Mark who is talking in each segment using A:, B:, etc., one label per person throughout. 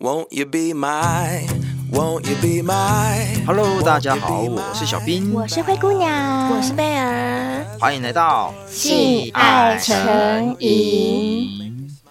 A: Won't you be my? Won't you be my?
B: Hello，大家好，我是小兵，
C: 我是灰姑娘，
D: 我是贝尔，
B: 欢迎来到
D: 性爱成瘾。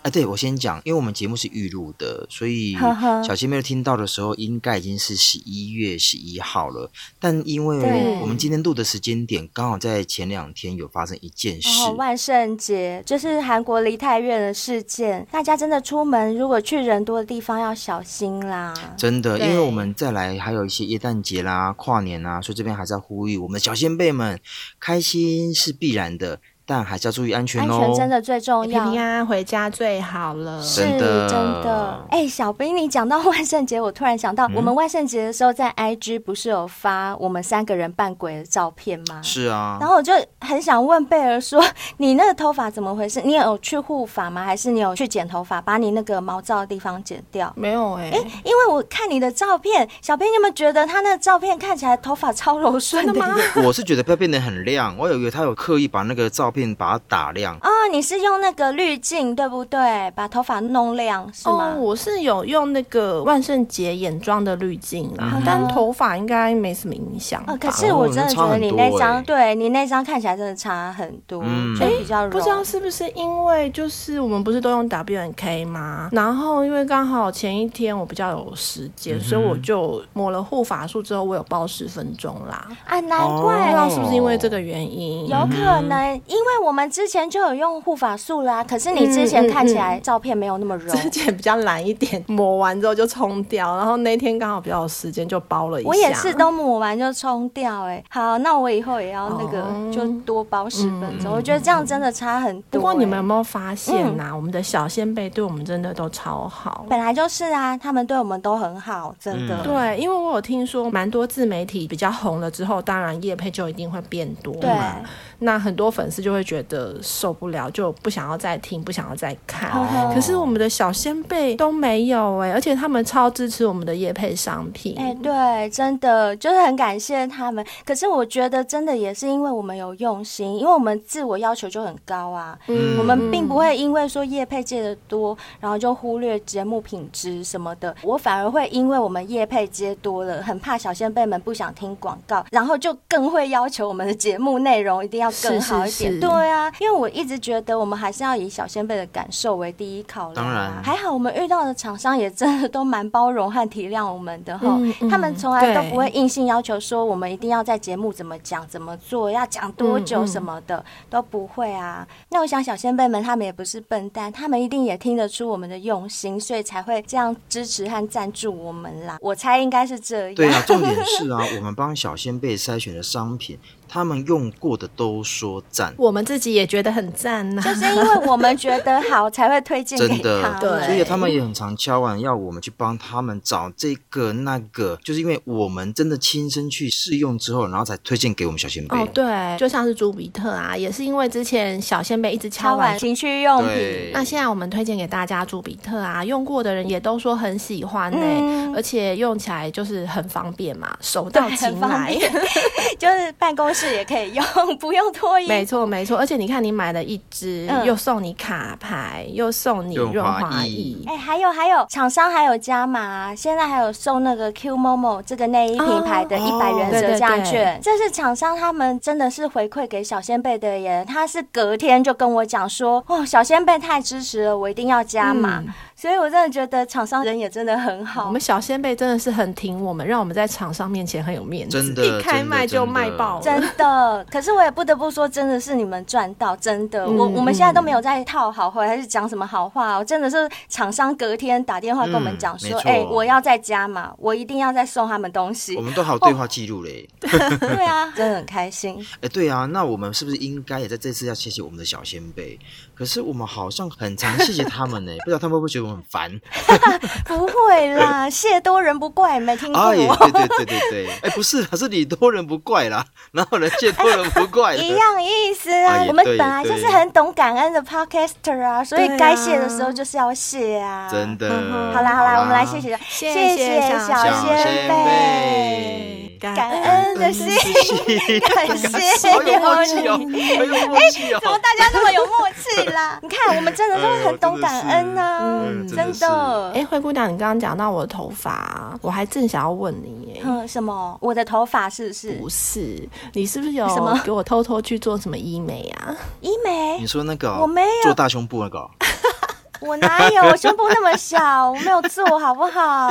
B: 哎，对我先讲，因为我们节目是预录的，所以
C: 呵呵
B: 小姐妹听到的时候，应该已经是十一月十一号了。但因为
C: 对
B: 我们今天录的时间点，刚好在前两天有发生一件事，
C: 哦，万圣节就是韩国梨泰院的事件，大家真的出门如果去人多的地方要小心啦。
B: 真的，因
D: 对
B: 为我们再来还有一些耶诞节啦、跨年啦，所以这边还是要呼吁我们的小先辈们，开心是必然的，但还是要注意安全
C: 安
B: 哦。
C: 全真的最重
D: 平
C: 要，
D: 平安安回家最好了。
B: 是
C: 是
B: 真的
C: 真的。哎、小兵，你讲到万圣节，我突然想到，我们万圣节的时候在 IG 不是有发我们三个人扮鬼的照片吗？
B: 是啊
C: 然，后我就很想问贝尔说：“ 你那个头发怎么回事？你有去护发吗？还是你有去剪头发，把你那个毛躁的地方剪掉？”
D: 没有哎、
C: 哎、因为我看你的照片，小编你有没有觉得他那个照片看起来头发超柔顺的 耶？
B: 我是觉得不要变得很亮，我以为他有刻意把那个照片把它打亮。
C: 哦，你是用那个滤镜对不对？把头发弄亮是吗？
D: 哦，我是有用那个万圣节眼妆的滤镜啦，但头发应该没什么影响吧。
C: 哦，可是我真的觉得你那
B: 哦那差
C: 张，
B: 很多
C: 对你那张看起来真的差很多，
B: 嗯
C: 就比较柔。
D: 不知道是不是因为就是我们不是都用 WNK 吗？然后因为刚好前一天我比较有时间，所以我就抹了护发素之后，我有包十分钟啦。
C: 啊，难
D: 不
C: 怪
B: 哦
D: 知道是不是因为这个原因？
C: 有可能，因为我们之前就有用护发素啦，可是你之前看起来照片没有那么柔。
D: 之前比较懒一点，抹完之后就冲掉，然后那天刚好比较有时间就包了一 下。
C: 我也是都抹完就冲掉、哎，好，那我以后也要那个，
D: 哦
C: 就多包十分钟。我觉得这样真的差很多、
D: 不过你们
C: 哎
D: 有没有发现呐、我们的小先辈对我们真的都超好。
C: 本来就是啊，他们对我们都很好，真的。
D: 对，因为我有听说蛮多自媒体比较红了之后，当然业配就一定会变多
C: 对
D: 嘛。那很多粉丝就会觉得受不了，就不想要再听，不想要再看。
C: 哦
D: 可是我们的小先辈都没有哎、而且他们超支持我们的业配商品。
C: 哎、对，真的就是很感谢他们。可是我觉得真的也是因为我们有用心，因为我们自我要求就很高啊，
B: 嗯
C: 我们并不会因为说业配接的多，然后就忽略节目品质什么的。我反而会因为我们业配接多了，很怕小先辈们不想听广告，然后就更会要求我们的节目内容一定要更好一点。
D: 是是是
C: 对啊，因为我一直觉得我们还是要以小先辈的感受为第一考量
B: 当
C: 啊。
B: 然
C: 还好我们遇到的厂商也真的都蛮包容和体谅我们的哈。
D: 嗯嗯
C: 他们从来都不会
D: 对
C: 硬性要求说我们一定要在节目怎么讲、怎么做、要讲多久
D: 嗯嗯
C: 什么的、都不会啊。那我想小先辈们他们也不是笨蛋，他们一定也听得出我们的用心，所以才会这样支持和赞助我们啦。我猜应该是这样。
B: 对啊，重点是啊，我们帮小先辈筛选的商品，他们用过的都说赞。
D: 我们自己也觉得很赞呐、
C: 就是因为我们觉得好，才会推荐
B: 真
C: 给
B: 的
C: 他。，
D: 对
B: 所以他们也很常敲碗要我们去帮他们找这个那个，就是因为我们真的亲身去试用之后，然后才推荐给我们小先辈。
D: 哦，对，就像是朱比特啊，也是因为之前小仙贝一直敲
C: 超
D: 碗
C: 玩。情趣用品，
B: 对，
D: 哦那现在我们推荐给大家朱比特啊，用过的人也都说很喜欢呢、
C: 嗯
D: 而且用起来就是很方便嘛，手到
C: 对
D: 擒
C: 很方
D: 来。
C: 便 就是办公室也可以用， 不用脱衣服
D: 没错没错，而且你看你买了一支，
C: 嗯
D: 又送你卡牌，又送你
B: 润
D: 润
B: 滑
D: 滑
B: 液
D: 液。
C: 哎、还有还有，厂商还有加码，现在还有送那个 Q Momo 这个内衣品牌的
B: 哦
C: 一百元
D: 对对
C: 折
D: 对
C: 价券，这是厂商他们真的是回馈给小先辈的耶。他是隔天就跟我讲说，哦，小先辈太支持了，我一定要加码。
D: 嗯
C: 所以我真的觉得厂商人也真的很
D: 我
C: 好
D: 们。小仙贝真的是很挺我们，让我们在厂商面前很有面子，
B: 真的
D: 一开
B: 真的
D: 卖就
B: 真的
D: 卖爆了。
C: 真的，可是我也不得不说，真的是你们赚到，真的。我
D: 嗯
C: 我们现在都没有在套好话，还是讲什么好话哦，真的是厂商隔天打电话跟我们讲
B: 嗯
C: 说
B: 没，错
C: 哎、我要再加码，我一定要再送他们东西
B: 我。们都好对话记录嘞。
C: 对啊，真的 很开心。
B: 哎、对啊，那我们是不是应该也在这次要谢谢我们的小先辈？可是我们好像很常谢谢他们呢，不知道他们会不会觉得我们很烦？
C: 不会啦，谢多人不怪，没听过。
B: 哎，对对对对对，哎、不是啦，是你多人不怪啦， 哪有人谢多人不怪的？
C: 一样意思
B: 哎
C: 啊，
B: 也
C: 我们
B: 对
C: 本来
B: 也
C: 就是
B: 对
C: 很懂感恩的 podcaster 啊，所以
D: 对啊
C: 该谢的时候就是要谢啊。
B: 真的。
D: 嗯哼
C: 好啦好啦，我们来谢谢，
D: 谢
C: 谢
D: 谢
C: 小
D: 小
B: 小
C: 仙
B: 先
C: 贝。
B: 辈。哎
D: 感
C: 感恩的心，啊嗯感谢
B: 好有默契
C: 有
B: 哦，
C: 你。
B: 好有默契哦
C: 怎么。大家那么有默 契啦？你看，我们真的都
B: 哎
C: 很懂感恩呢、
D: 嗯
B: 真的
C: 真
B: 是
C: 的。
D: 哎，灰姑娘，你刚刚讲到我的头发，我还正想要问你耶。
C: 嗯，什么？我的头发是不是
D: 不是，你是不是有
C: 什么
D: 给我偷偷去做什么医美啊？
C: 医美
B: 你？说那个哦
C: 哎我没有
B: 做大胸部那个哦，
C: 我 哪有？我胸部那么小，我没有做好不好？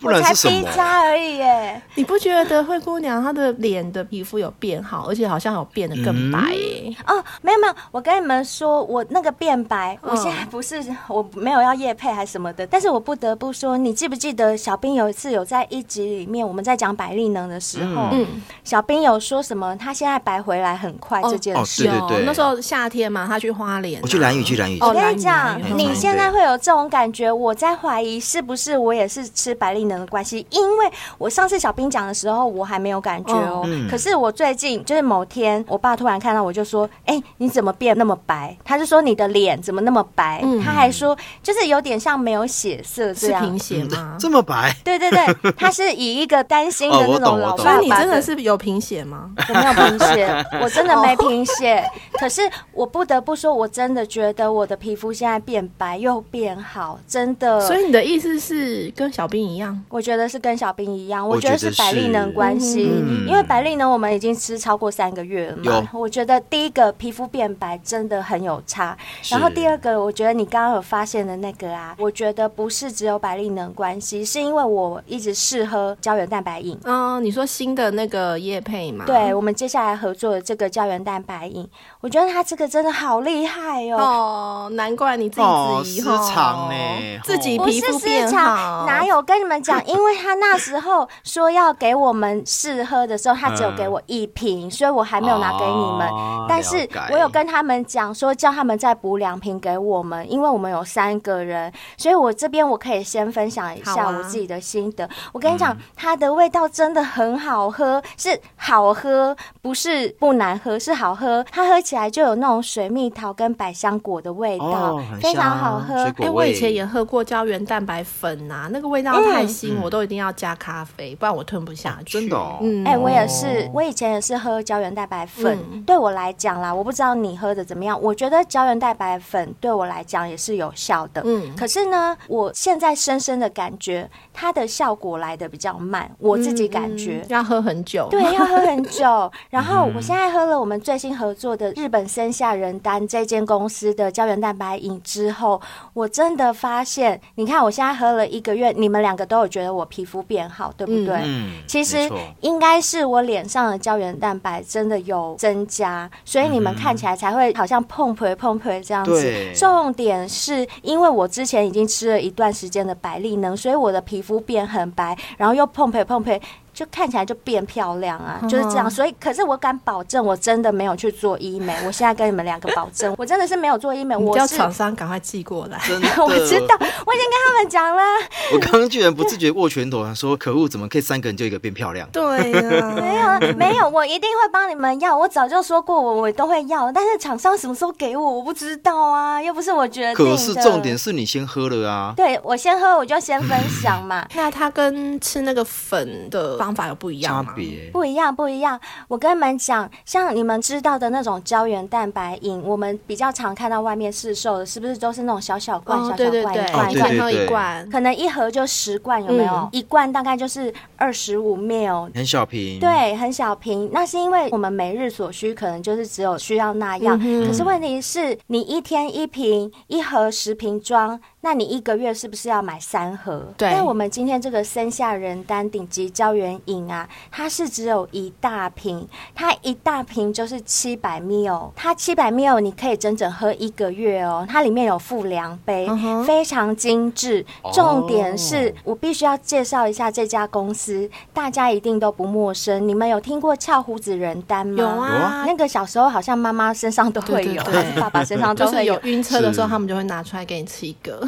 B: 不然
C: 我才
B: 是什
C: B
B: 么啊
C: 加而已耶。
D: 你不觉得灰姑娘她的脸的皮肤有变好，而且好像有变得
B: 嗯
D: 更白耶？
C: 哦，没有没有，我跟你们说，我那个变白，
D: 嗯
C: 我现在不是我没有要夜配还什么的，但是我不得不说，你记不记得小兵有一次有在一集里面我们在讲百丽能的时候，
D: 嗯，
C: 小兵有说什么他现在白回来很快
D: 哦
C: 这件
B: 哦
C: 事。
B: 对对
D: 有
B: 对
D: 那时候夏天嘛，她去花莲啊、
B: 我去蓝屿，去蓝屿。
D: 哦
C: 我跟你
D: 蓝
C: 讲
D: 雨啊
B: 蓝，雨
C: 啊你现在会有这种感觉，我在怀疑是不是我也是吃百利能的关系，因为我上次小兵讲的时候我还没有感觉哦，
B: 嗯
C: 可是我最近就是某天，我爸突然看到我就说：“哎、你怎么变那么白？”他就说：“你的脸怎么那么白？”
D: 嗯
C: 他还说就是有点像没有血色这
D: 是
C: 样。
D: 贫血
C: 嗯
D: 吗？
B: 嗯这么白，
C: 对对对，他是以一个担心的
B: 哦
C: 那
B: 我
C: 种
B: 懂
C: 老
B: 我懂
C: 爸爸
D: 所以你真的是有贫血吗？
C: 我没有贫血，我真的没贫血。可是我不得不说，我真的觉得我的皮肤现在变白又变好，真的。
D: 所以你的意思是跟小兵一样？
C: 我觉得是跟小兵一样，
B: 我
C: 我
B: 觉得
C: 觉得
B: 是
C: 是百利能关系，
B: 嗯
C: 因为百利能我们已经吃超过三个月了嘛。我觉得第一个皮肤变白真的很有差，然后第二个，我觉得你刚刚有发现的那个啊，我觉得不是只有百利能关系，是因为我一直试喝胶原蛋白饮，
D: 嗯、你说新的那个叶配嘛？
C: 哦对我们接下来合作的这个胶原蛋白饮，我觉得它这个真的好厉害哦。
D: 哦，难怪你自己
B: 哦欸
D: 质疑
B: 私
D: 吼
B: 藏呢
D: 自己
C: 不
D: 皮
C: 是
D: 肤
C: 市
D: 变好，
C: 场哪？有跟你们 讲？因为他那时候说要给我们试喝的时候，他只有
D: 嗯
C: 给我一瓶，所以我还没有拿给你们。
B: 哦
C: 但是
B: 了解
C: 我有跟他们讲说，叫他们再补两瓶给我们，因为我们有三个人，所以我这边我可以先分享一
D: 好
C: 下
D: 啊
C: 我自己的心得。我跟你
B: 嗯
C: 讲，它的味道真的很好喝，是好喝，不是不难喝，是好喝。它喝起来就有那种水蜜桃跟百香果的味道，
B: 哦，很
C: 非常
B: 香
C: 好喝
B: 水。
D: 哎、
B: 果
D: 我
B: 味。
D: 以前也喝过胶原蛋白粉呐、那个味道太腥，我都一定要加咖啡，不然我吞不下去。
B: 真的嗯哦
D: 嗯，
C: 哎、我也是，我以前也是喝胶原蛋白粉。
D: 嗯
C: 对我来讲啦，我不知道你喝的怎么样。我觉得胶原蛋白粉对我来讲也是有效的。
D: 嗯
C: 可是呢，我现在深深的感觉它的效果来的比较慢，我自己感觉。
D: 嗯要喝很久。
C: 对， 要喝很久。然后我现在喝了我们最新合作的日本生下人丹这间公司的胶原蛋白饮之后，我真的发现，你看我现在喝了一个月，你们两个都有觉得我皮肤变好，对不
D: 嗯
C: 对？
B: 嗯，
C: 其
B: 没
C: 实
B: 错
C: 应该是我脸上的胶原蛋白真的有增加，所以你们看起来才会好像碰腿碰腿这样子
B: 对。
C: 重点是因为我之前已经吃了一段时间的百利能，所以我的皮肤变很白，然后又碰腿碰腿。就看起来就变漂亮啊，就是这样。所以，可是我敢保证，我真的没有去做医美。我现在跟你们两个保证，我真的是没有做医美。
D: 你
C: 我
D: 叫
C: 是，
D: 厂商赶快寄过来。
B: 真的
C: 我知道，我已经跟他们讲了。
B: 我刚刚居然不自觉握拳头，想说可恶，怎么可以三个人就一个变漂亮？
D: 对呀、。
C: 没有啊，没有，我一定会帮你们要。我早就说过我，我都会要，但是厂商什么时候给我，我不知道啊，又不是我决定的。
B: 可是重点，是你先喝了啊，
C: 对我先喝，我就先分享嘛
D: 那它跟吃那个粉的方法有不一
B: 差
D: 样吗？
B: 别
C: 不一样，不一样。我跟你们讲，像你们知道的那种胶原蛋白饮，我们比较常看到外面市售的，是不是都是那种小小罐、
D: 哦，
C: 小
D: 对
C: 小
D: 对
C: 罐、
D: 对
C: 一，
B: 哦
C: 罐
D: 一
C: 一
B: 对
C: 罐
D: 罐
B: 对
D: 喝
B: 对
D: 一罐。
C: 可能一盒就十罐，有没有？
D: 嗯
C: 一罐大概就是二十五 ml
B: 很小瓶，，
C: 对，很小瓶。那是因为我们每日所需可能就是只有需要那样，
D: 嗯
C: 可是问题是你一天一瓶，一盒十瓶装，那你一个月是不是要买三盒？
D: 对
C: 但我们今天这个生下人丹顶级胶原饮啊，它是只有一大瓶，它一大瓶就是七百 ml，它七百 ml 你可以整整喝一个月哦。它里面有附量杯，
D: 嗯哼哦
C: 非常精致。重点是、我必须要介绍一下这家公司，大家一定都不陌生。你们有听过翘胡子人丹吗？
D: 有
B: 有
D: 啊
B: 啊，
C: 那个小时候好像妈妈身上都会有，
D: 对对对
C: 还是爸爸身上
D: 就
C: 都
D: 是
C: 会有 嗯
D: 有。晕车的时候，
B: 是
D: 他们就会拿出来给你吃一个。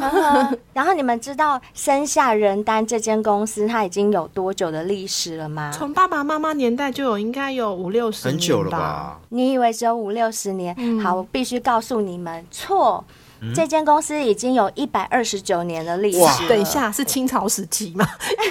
C: 然后你们知道生下人丹这间公司它已经有多久的历十了吗？
D: 从爸爸妈妈年代就有，应该有五六十
B: 很久了
D: 年
B: 吧？
C: 你以为只有五六十年？
D: 嗯
C: 好，我必须告诉你们，错。这间公司已经有一百二十九年的历史
B: 哇
C: 了。
D: 等一下，是清朝时期吗？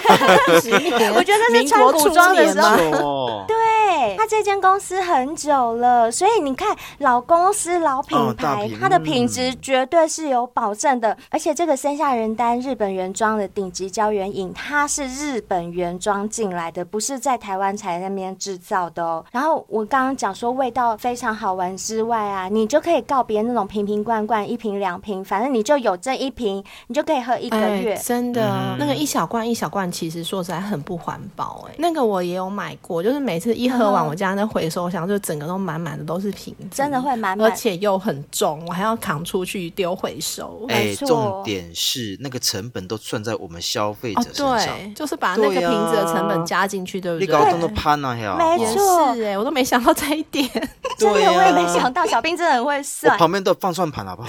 C: 我
D: 我
C: 觉得是穿古装的时候
B: 久 哦，
C: 对，它这间公司很久了，所以你看，老公司、老品
B: 哦大
C: 牌，
B: 品嗯
C: 它的品质绝对是有保证的。而且这个生下人丹日本原装的顶级胶原饮，它是日本原装进来的，不是在台湾才那边制造的哦。然后我刚刚讲说味道非常好闻之外啊，你就可以告别那种瓶瓶罐罐，一瓶两瓶，反正你就有这一瓶，你就可以喝一个
D: 哎，
C: 月。
D: 真
B: 嗯
D: 的，那个一小罐一小罐，其实说实在很不环保哎、那个我也有买过，就是每次一喝完，
C: 嗯
D: 我家那回收箱就整个都满满的都是瓶子，
C: 真的会满满
B: 啊
D: 而且又很重，我还要扛出去丢回收。
B: 哎，
C: 没错
B: 重点是那个成本都算在我们消费
D: 哦
B: 者，身上，
D: 对，就是把那
B: 对
D: 个瓶
B: 呀
D: 子的成本加进去，对不
B: 你
D: 对？
B: 搞动都攀了呀！
C: 没
D: 也
C: 错
D: 是哎、我都没想到这一点。
C: 真的，我也没
B: 啊对啊
C: 想到，小兵真的很会算
B: 我。旁边都有放算盘好不好？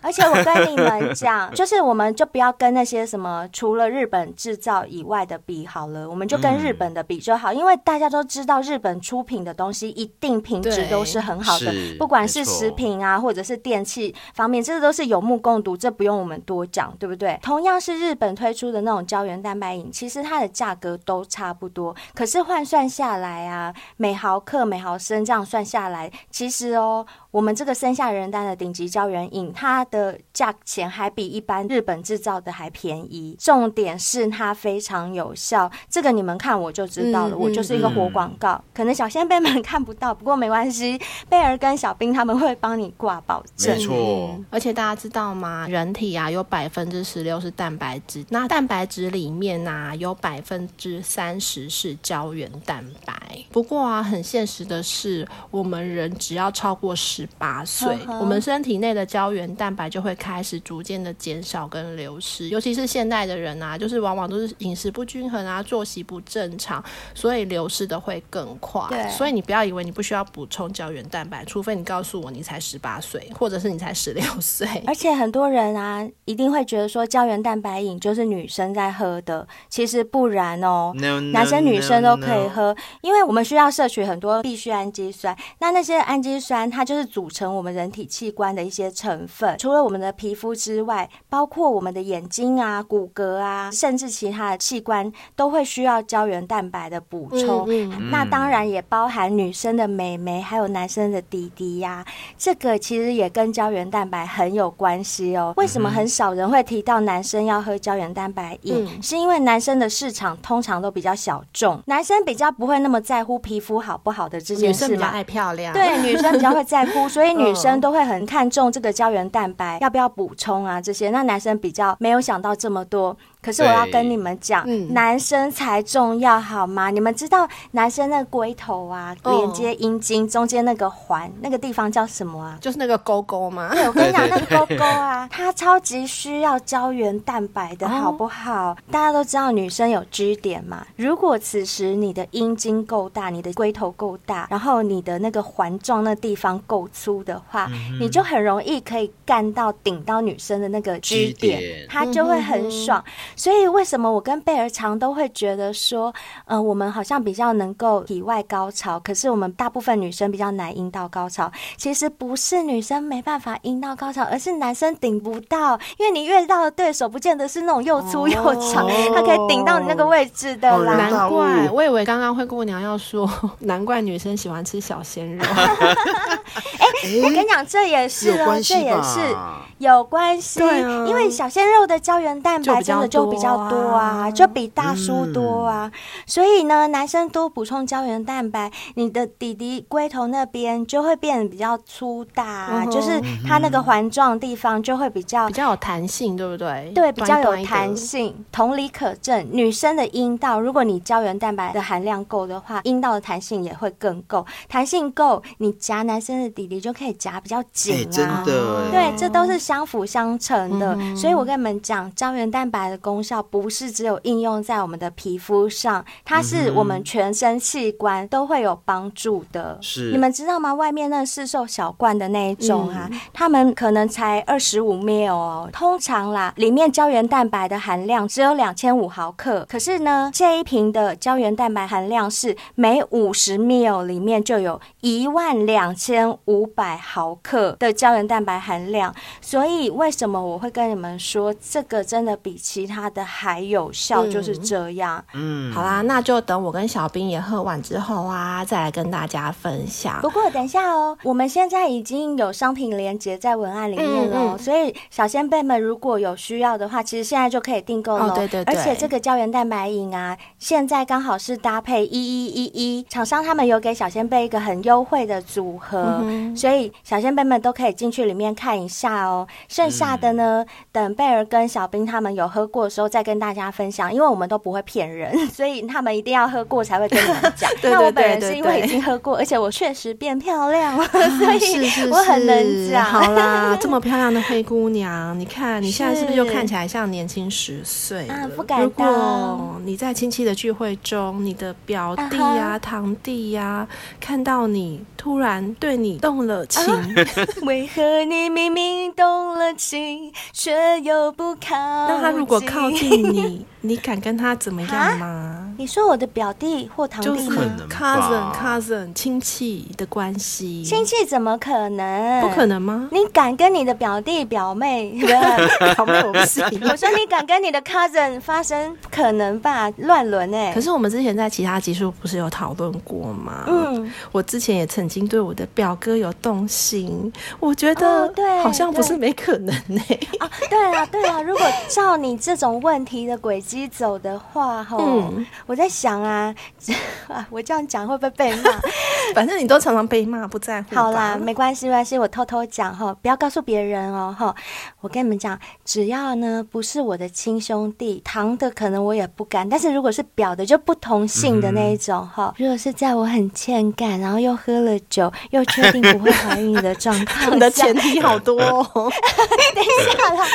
C: 而且我跟你们 讲，就是我们就不要跟那些什么除了日本制造以外的比好了，我们就跟
B: 嗯
C: 日本的比就好，因为大家都知道日本出品的东西一定品质
D: 对
C: 都是很好的
B: 是，
C: 不管是
B: 没错
C: 食品啊或者是电器方面，这都是有目共睹，这不用我们多讲，对不对？同样是日本推出的那种胶原蛋白饮，其实它的价格都差不多，可是换算下来啊，每毫克、每毫升这样算下来，其实哦，我们这个生下人丹的顶级胶原饮，它的价钱还比一般日本制造的还便宜。重点是它非常有效，这个你们看我就知道了，
D: 嗯
C: 我就是一个活广告。可能小先辈们看不到，不过没关系，贝儿跟小兵他们会帮你挂保证
B: 没。错
D: 嗯，而且大家知道吗？人体啊有百分之十六是蛋白质，那蛋白质里面呢、有百分之三十是胶原蛋白。不过啊，很现实的是，我们人只要超过十 八岁
C: 嗯，哼
D: 我们身体内的胶原蛋白就会开始逐渐的减少跟流失。尤其是现代的人啊，就是往往都是饮食不均衡啊，作息不正常，所以流失的会更快。
C: 对
D: 所以你不要以为你不需要补充胶原蛋白，除非你告诉我你才十八岁，或者是你才十六 岁。
C: 而且很多人啊，一定会觉得说胶原蛋白饮就是女生在喝的，其实不然哦。
B: No, no,
C: 男生女生
B: no,
C: 都可以
B: no
C: 喝，因为我们需要摄取很多必需氨基酸。那那些氨基酸，它就是组成我们人体器官的一些成分。除了我们的皮肤之外，包括我们的眼睛啊、骨骼啊，甚至其他的器官都会需要胶原蛋白的补充。
D: 嗯
C: 那当然也包含女生的美眉，还有男生的滴滴呀、这个其实也跟胶原蛋白很有关系
D: 嗯
C: 哦。为什么很少人会提到男生要喝胶原蛋白饮？
D: 嗯
C: 是因为男生的市场通常都比较小众，男生比较不会那么在乎皮肤好不好的这
D: 女
C: 件
D: 生
C: 事
D: 比较
C: 嘛。
D: 爱漂亮，
C: 对，女生比较会在乎，所以女生
D: 啊嗯
C: 都会很看重这个胶原蛋白要不要补充啊这些。那男生比较没有想到这么多。可是我要跟你们讲，
D: 嗯
C: 男生才重要好吗？你们知道男生那个龟头啊，
D: 哦
C: 连接阴茎中间那个环那个地方叫什么啊？
D: 就是那个勾勾嘛。
C: 对，我跟你讲，那个勾勾啊，它超级需要胶原蛋白的，
D: 哦
C: 好不好？大家都知道女生有 G 点嘛。如果此时你的阴茎够大，你的龟头够大，然后你的那个环状那地方够粗的话，你就很容易可以干到顶到女生的那个 G
B: G
C: 点，
B: 点
C: 它就会很爽。所以为什么我跟贝儿常都会觉得说，呃，我们好像比较能够体外高潮，可是我们大部分女生比较难阴道高潮。其实不是女生没办法阴道高潮，而是男生顶不到，因为你越到的对手不见得是那种又粗又长，他可以顶到你那个位置的
B: 哦
C: 啦
B: 原。来
D: 难怪
B: 大，物
D: 我以为刚刚灰姑娘要说， 难怪女生喜欢吃小鲜 肉。
C: 我跟你讲，这也是
B: 有
C: 哦，
B: 关系
C: 这也
B: 吧
C: 是有关系，
D: 对啊
C: 因为小鲜肉的胶原蛋白真的就比较多啊，就
D: 就
C: 比大叔多啊，所以呢，男生多补充胶原蛋白，你的底底龟头那边就会变得比较粗大、啊，
D: 嗯哼
C: 就是它那个环状的地方就会比较
D: 比较有弹性，对不对？
C: 对，比较有
D: 端一
C: 弹
D: 端一个。
C: 性。同理可证，女生的阴道，如果你胶原蛋白的含量够的话，阴道的弹性也会更够。弹性够，你夹男生的底底就可以夹比较紧
B: 哎，
C: 啊。
B: 真的哎，
C: 对，这都是相辅相成的，所以我跟你们讲，胶原蛋白的功功效不是只有应用在我们的皮肤上，它是我们全身器官都会有帮助的。
B: 是
C: 你们知道吗？外面那个市售小罐的那一种啊，他们可能才二十五 ml 哦，通常啦，里面胶原蛋白的含量只有两千五毫克，可是呢，这一瓶的胶原蛋白含量是每五十 ml 里面就有一万两千五百毫克的胶原蛋白含量，所以为什么我会跟你们说这个真的比其他的还有效，
D: 嗯
C: 就是这样。
B: 嗯，
D: 好啦，那就等我跟小兵也喝完之后啊，再来跟大家分享
C: 不。过等一下哦，我们现在已经有商品连接在文案里面了哦，
D: 嗯嗯
C: 所以小先辈们如果有需要的话，其实现在就可以订购了哦、
D: 哦对对对
C: 而且这个胶原蛋白饮啊，现在刚好是搭配一一一一，厂商他们有给小先辈一个很优惠的组合，
D: 嗯
C: 所以小先辈们都可以进去里面看一下哦。剩下的呢，
D: 嗯
C: 等贝儿跟小兵他们有喝过的时候再跟大家分享，因为我们都不会骗人，所以他们一定要喝过才会跟你们 讲。
D: 对
C: 那我
D: 对
C: 本
D: 对
C: 人
D: 对
C: 是因为已
D: 对
C: 经喝过，而且我确实变漂 亮了， 所
D: 啊是
C: 以
D: 是
C: 我很能
D: 是
C: 讲。
D: 好啦，这么漂亮的灰姑娘，你看你现在是不是
C: 是
D: 就看起来像年轻十岁了？
C: 啊不敢
D: 如
C: 当
D: 果你在亲戚的聚会中，你的表弟呀、
C: 啊哈
D: 堂弟呀、看到你突然对你动
C: 啊
D: 了情，
C: 为何你明明动了情，却又不靠近？
D: 那
C: 那
D: 他如果靠，近你， 你敢跟他怎么样吗？
C: 你说我的表弟或堂
D: 就
C: 弟
D: 是
B: 可
C: 吗？
B: 能吧
D: cousin cousin 亲戚的关系，
C: 亲戚怎么可能？
D: 不可。能吗？
C: 你敢跟你的表弟表妹？ 不是
D: 好没有事。
C: 我啊说你敢跟你的 cousin 发生可能吧？乱伦哎、
D: 可是我们之前在其他集数不是有讨论过吗？
C: 嗯，
D: 我之前也曾经对我的表哥有动心，我觉得
C: 哦对
D: 好像不
C: 对
D: 是没可能呢、
C: 啊，对啊，对啊，如果照你这种问题的轨迹走的话，吼，
D: 嗯
C: 我在想啊， 啊，我这样讲会不会被 骂？
D: 反正你都常常被骂，不在乎吧。
C: 好 啦，没关系，没关系，我偷偷讲哈，不要告诉别人哦哈。我跟你们讲，只要呢不是我的亲兄弟，堂的可能我也不敢，但是如果是表的，就不同姓的那一
D: 嗯
C: 种哈、如果是在我很欠干，然后又喝了酒，又确定不会怀孕的状况下，
D: 你的前提好 多、哦，
C: 等一下啦，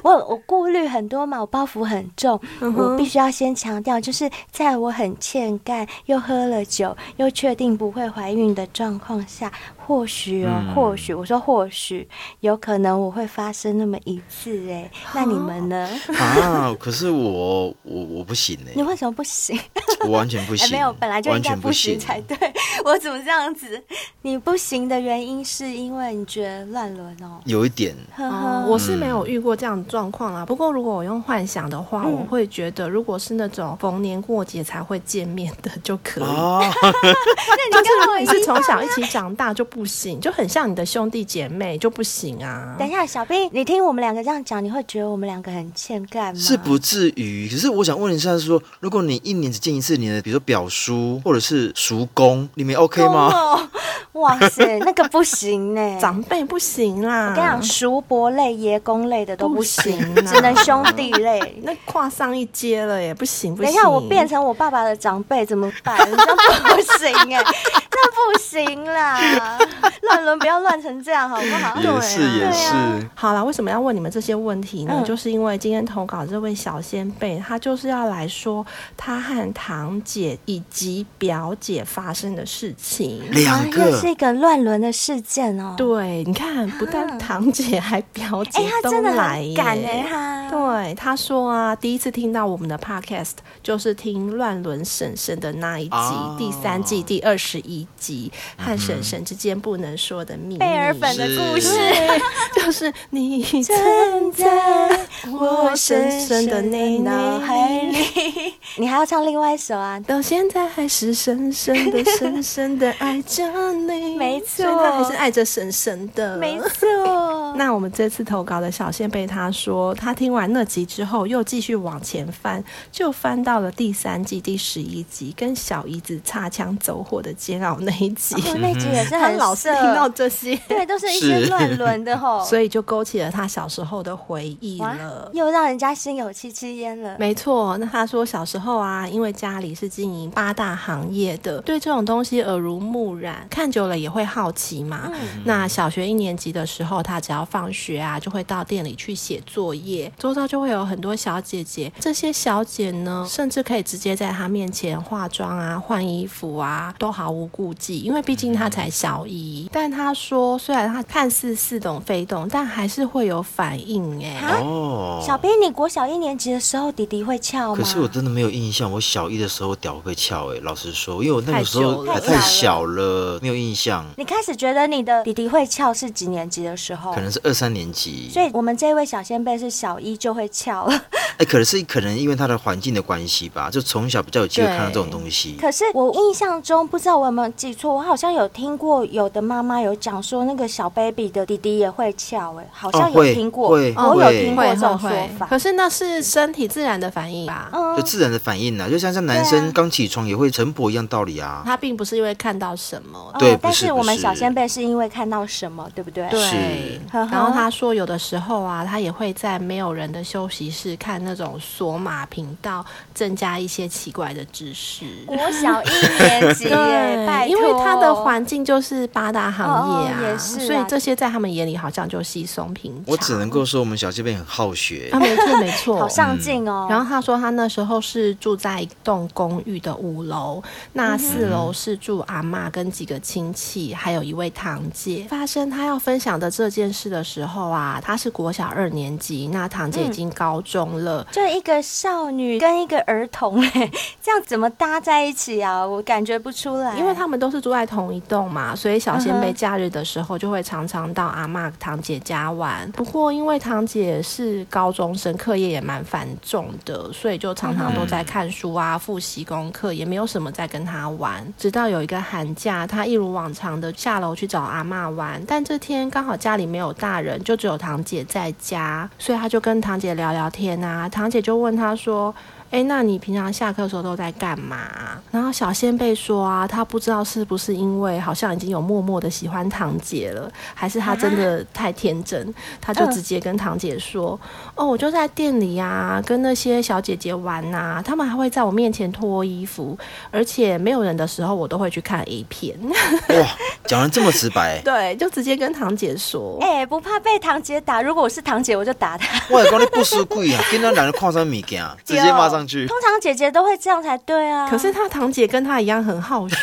C: 我我顾虑很多嘛，我包袱很重，
D: 嗯哼
C: 我必须要先强调，就是在我很欠干，又喝了酒，又确定不会怀孕的状况下，或许哦，
B: 嗯
C: 或许我说或许有可能我会发生那么一次、哎，那你 们呢？
B: 啊，可是我我我不 行哎、
C: 你为什么不行？
B: 我完全不
C: 哎，
B: 行，
C: 没有，本来就应
B: 完
C: 该
B: 全不
C: 行
B: 行
C: 才对。 我怎么这样子？你不行的原因是因为你觉得乱伦哦。
B: 有一 点，
C: 呵
D: 哦
C: 呵，
D: 我是没有遇过这样的状况啦。不过如果我用幻想的话，
C: 嗯
D: 我会觉得如果是那种逢年过节才会见面的就可以。
B: 啊，
C: 那
D: 但
C: 哦你
D: 是
C: 跟
D: 如
C: 我
D: 果
C: 一
D: 你
C: 样
D: 是从小一起长大就不行，就很像你的兄弟姐妹就不行啊。
C: 等一下，小兵，你听我们两个这样讲，你会觉得我们两个很欠干吗？
B: 是不至于。可是我想问一下说如果你一年只见一次你的，比如说表叔或者是叔公，你们 OK 吗？
C: 哦？ 哇塞，那个不行呢、
D: 长辈不行啦，
C: 我跟你讲，叔伯类、爷公类的都不行，
D: 不行啊
C: 只能兄弟类。
D: 那跨上一阶了耶，不行不
C: 等
D: 行。
C: 一下，我变成我爸爸的长辈怎么办？ 那不行哎、 那不行 啦！乱伦不要乱成这样，好不好？
B: 也是
D: 对啊
B: 也
C: 对
B: 是，
D: 好啦，为什么要问你们这些问题呢？
C: 嗯
D: 就是因为今天投稿这位小先辈，他就是要来说他和堂姐以及表姐发生的事情。
B: 两
C: 啊、又
B: 个
C: 是一个乱伦的事件哦。
D: 对，你看，不但堂姐还表
C: 哎、
D: 姐
C: 他
D: 都
C: 真的
D: 来
C: 很
D: 耶，
C: 敢哎、他。
D: 对，他说啊，第一次听到我们的 podcast 就是听《乱伦婶婶》的那一集，
B: 哦
D: 第三季第二十一集，和婶婶之间不能说的秘密。
C: 贝尔粉的故事，
D: 对， 就是你
C: 存
D: 存
C: 在
D: 在
C: 我
D: 我
C: 深
D: 深
C: 深
D: 深
C: 的
D: 的
C: 你
D: 内
C: 脑海
D: 里，
C: 里。 你还要唱另外一首啊？
D: 到现在还是深深的、深深的爱着你。
C: 没错
D: 所以他还是爱着婶婶的。
C: 没错，
D: 那我们这次投稿的小线被他说，他听完那集之后又继续往前翻，就翻到了第三季第十一集，跟小姨子擦枪走火的煎熬那一集。
C: 我那集 也是
D: 他
C: 哦很
D: 老是
C: 色
D: 听到这些，
C: 对，都是一些
B: 是
C: 乱伦的吼，
D: 所以就勾起了他小时候的回忆
C: 哇
D: 了，。
C: 又让人家心有戚戚焉了。
D: 没错，那他说小时候啊，因为家里是经营八大行业的，对这种嗯东西耳濡目染，看久了也会好奇嘛。那小学一年级的时候，他只要到放学啊，就会到店里去写作业，周遭就会有很多小姐姐。这些小姐呢，甚至可以直接在她面前化妆啊、换衣服啊，都毫无顾忌，因为毕竟她才小一。但她说，虽然她看似似懂非懂，但还是会有反应哎、
C: 啊
B: 哦，
C: 小兵，你国小一年级的时候，弟弟会翘吗？
B: 可是我真的没有印象，我小一的时候屌会翘哎、老实说，因为我那个时候
D: 太久了
B: 还太小了，没有印象，
C: 你开始觉得你的弟弟会翘是几年级的时候
B: 可？能是二三年级。
C: 所以我们这位小先辈是小一就会翘了。
B: 哎，可能是可能因为他的环境的关系吧，就从小比较有机会
D: 对
B: 看到这种东西。
C: 可是我印象中，不知道我有没有记错，我好像有听过有的妈妈有讲说，那个小 baby 的弟弟也会翘，哎，好像
B: 哦
C: 有
B: 会
C: 听过，
B: 会
C: 我有听过
D: 会
C: 这种说
D: 会
C: 法
D: 会，。可是那是身体自然的反应吧？
C: 嗯
B: 就自然的反应呐、就像像男
C: 对啊
B: 生刚起床也会晨勃一样道理啊。
D: 他并不是因为看到什么，
B: 对
C: 哦，但
B: 不是
C: 是我们
B: 不是
C: 小先辈是因为看到什么，对不对？
D: 对，
B: 是
C: 呵呵
D: 然后他说，有的时候啊，他也会在没有人的休息室看那种索马频道，增加一些奇怪的知识。
C: 国小一年级耶，嗯拜
D: 因为他的
C: 托
D: 环境就是八大行业啊，
C: 哦也是啊
D: 所以这些在他们眼里好像就稀松平常。
B: 我只能够说我们小这边很好学
D: 啊，，没错没
B: 嗯
D: 错，
C: 好上进哦。
D: 然后他说，他那时候是住在一栋公寓的五楼，那四楼是住阿嬷跟几个亲戚，还有一位堂姐。发生他要分享的这件事的时候啊，他是国小二年级，那堂姐已经高中了。
C: 就一个少女跟一个儿童、哎， 这样怎么搭在一起啊？我感觉不出来，
D: 因为他们都是住在同一栋嘛，所以小仙
C: 嗯
D: 贝
C: 哼
D: 假日的时候就会常常到阿嬷堂姐家玩。不过因为堂姐是高中生，课业也蛮繁重的，所以就常常都在看书啊、复习功课，也没有什么在跟她玩。直到有一个寒假，她一如往常的下楼去找阿嬷玩，但这天刚好家里没有大人，就只有堂姐在家，所以她就跟堂姐聊聊天啊。堂姐就问她说：“哎，那你平常下课的时候都在干嘛啊、然后小仙贝说啊，他不知道是不是因为好像已经有默默的喜欢堂姐了，还是他真的太天真，他就直接跟堂姐说，哦，我就在店里啊，跟那些小姐姐玩呐、她们还会在我面前脱衣服，而且没有人的时候我都会去看 A 片，，
B: 哇，讲的这么直白
D: 对， 就直接跟堂姐说，
C: 哎、不怕被堂姐打。如果我是堂姐，我就打她。
B: 我讲你不输鬼啊，跟那男的跨山物件，啊直接骂上去。
C: 啊通常姐姐都会这样才对啊。
D: 可是他堂姐跟他一样很好学。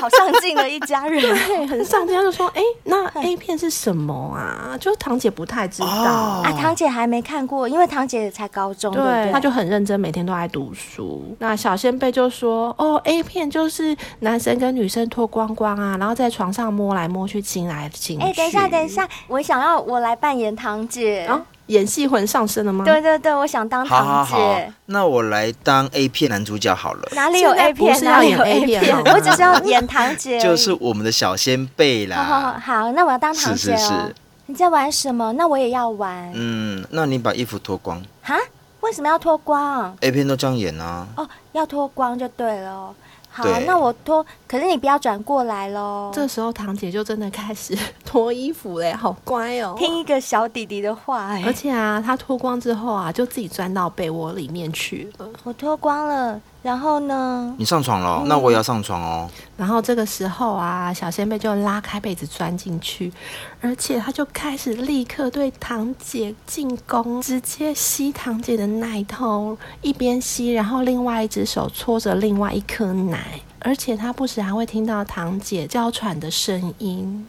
C: 好上进的一家人。
D: 对，很上进，他就说：“哎、那 A 片是什么啊？”就是堂姐不太知道，
B: 哦
C: 啊，堂姐还没看过，因为堂姐才高中，对不
D: 对，
C: 对？
D: 他就很认真，每天都在读书。那小仙贝就说：“哦，A 片就是男生跟女生脱光光啊，然后在床上摸来摸去，亲来亲去。”
C: 哎、等一下，等一，下，我想要我来扮演堂姐。
D: 啊，演戏魂上身了吗？
C: 对。对对，我想当
B: 好好
C: 堂姐。
B: 好，那我来当 A 片男主角好了，
C: 哪里有 A 片？
D: 现在
C: 哪
D: 不
C: 里有
D: 是要演 A 片啊好 吗
C: 我只是要演堂姐而已。
B: 就是我们的小先辈
C: 好好好
B: 啦。
C: 好，那我要当堂
B: 是
C: 姐哦。
B: 是是，
C: 你在玩什么？那我也要玩。
B: 嗯，那你把衣服脱光
C: 哈、为什么要脱光？
B: ，A 片都这样演啊。
C: 哦，要脱光就对了哦。好
B: 对，
C: 那我脱，可是你不要转过来喽。
D: 这时候堂姐就真的开始 脱衣服嘞，好乖哦。
C: 听一个小弟弟的话、哎
D: 而且啊，她脱光之后啊，就自己钻到被窝里面去了。
C: 我脱光了，然后呢？
B: 你上床了
C: 嗯
B: 哦，那我也要上床哦。
D: 然后这个时候啊，小仙贝就拉开被子钻进去，而且他就开始立刻对堂姐进攻，直接吸堂姐的奶头，一边吸，然后另外一只手搓着另外一颗奶，而且他不时还会听到堂姐娇喘的声音。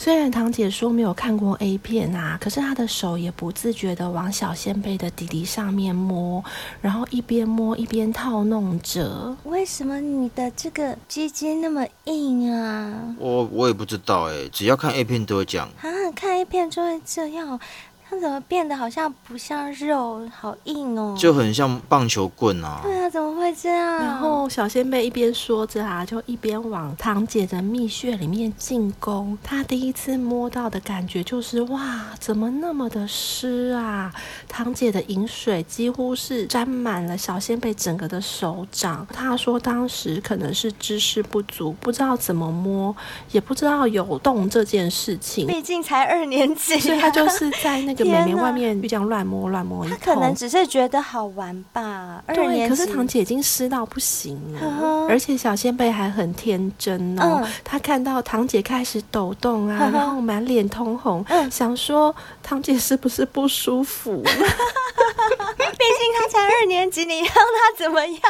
D: 虽然堂姐说没有看过 A 片啊，可是她的手也不自觉的往小仙贝的弟弟上面摸，然后一边摸一边套弄着。
C: 为什么你的这个鸡鸡那么硬啊？
B: 我我也不知道哎、只要看 A 片都会这样。
C: 啊，看 A 片就会这样，它怎么变得好像不像肉，好硬哦？
B: 就很像棒球棍啊。
C: 对啊，怎么会这样？
D: 然后小仙贝一边说着啊，就一边往堂姐的蜜穴里面进攻。她第一次摸到的感觉就是哇，怎么那么的湿啊？堂姐的饮水几乎是沾满了小仙贝整个的手掌。她说当时可能是知识不足，不知道怎么摸，也不知道有动这件事情。
C: 毕竟才二年级、
D: 所以他就是在那就每
C: 天
D: 年
C: 哪
D: 外面就这样乱摸乱摸一
C: 他
D: 通，
C: 可能只是觉得好玩吧。二
D: 对，
C: 年
D: 可是
C: 级
D: 堂姐已经湿到不行
C: 呵
D: 了
C: 呵，
D: 而且小仙贝还很天真哦
C: 嗯。
D: 她看到堂姐开始抖动
C: 呵
D: 啊，
C: 呵
D: 然后满脸通红，
C: 嗯
D: 想说堂姐是不是不舒服？
C: 毕竟他才二年级，你让他怎么样？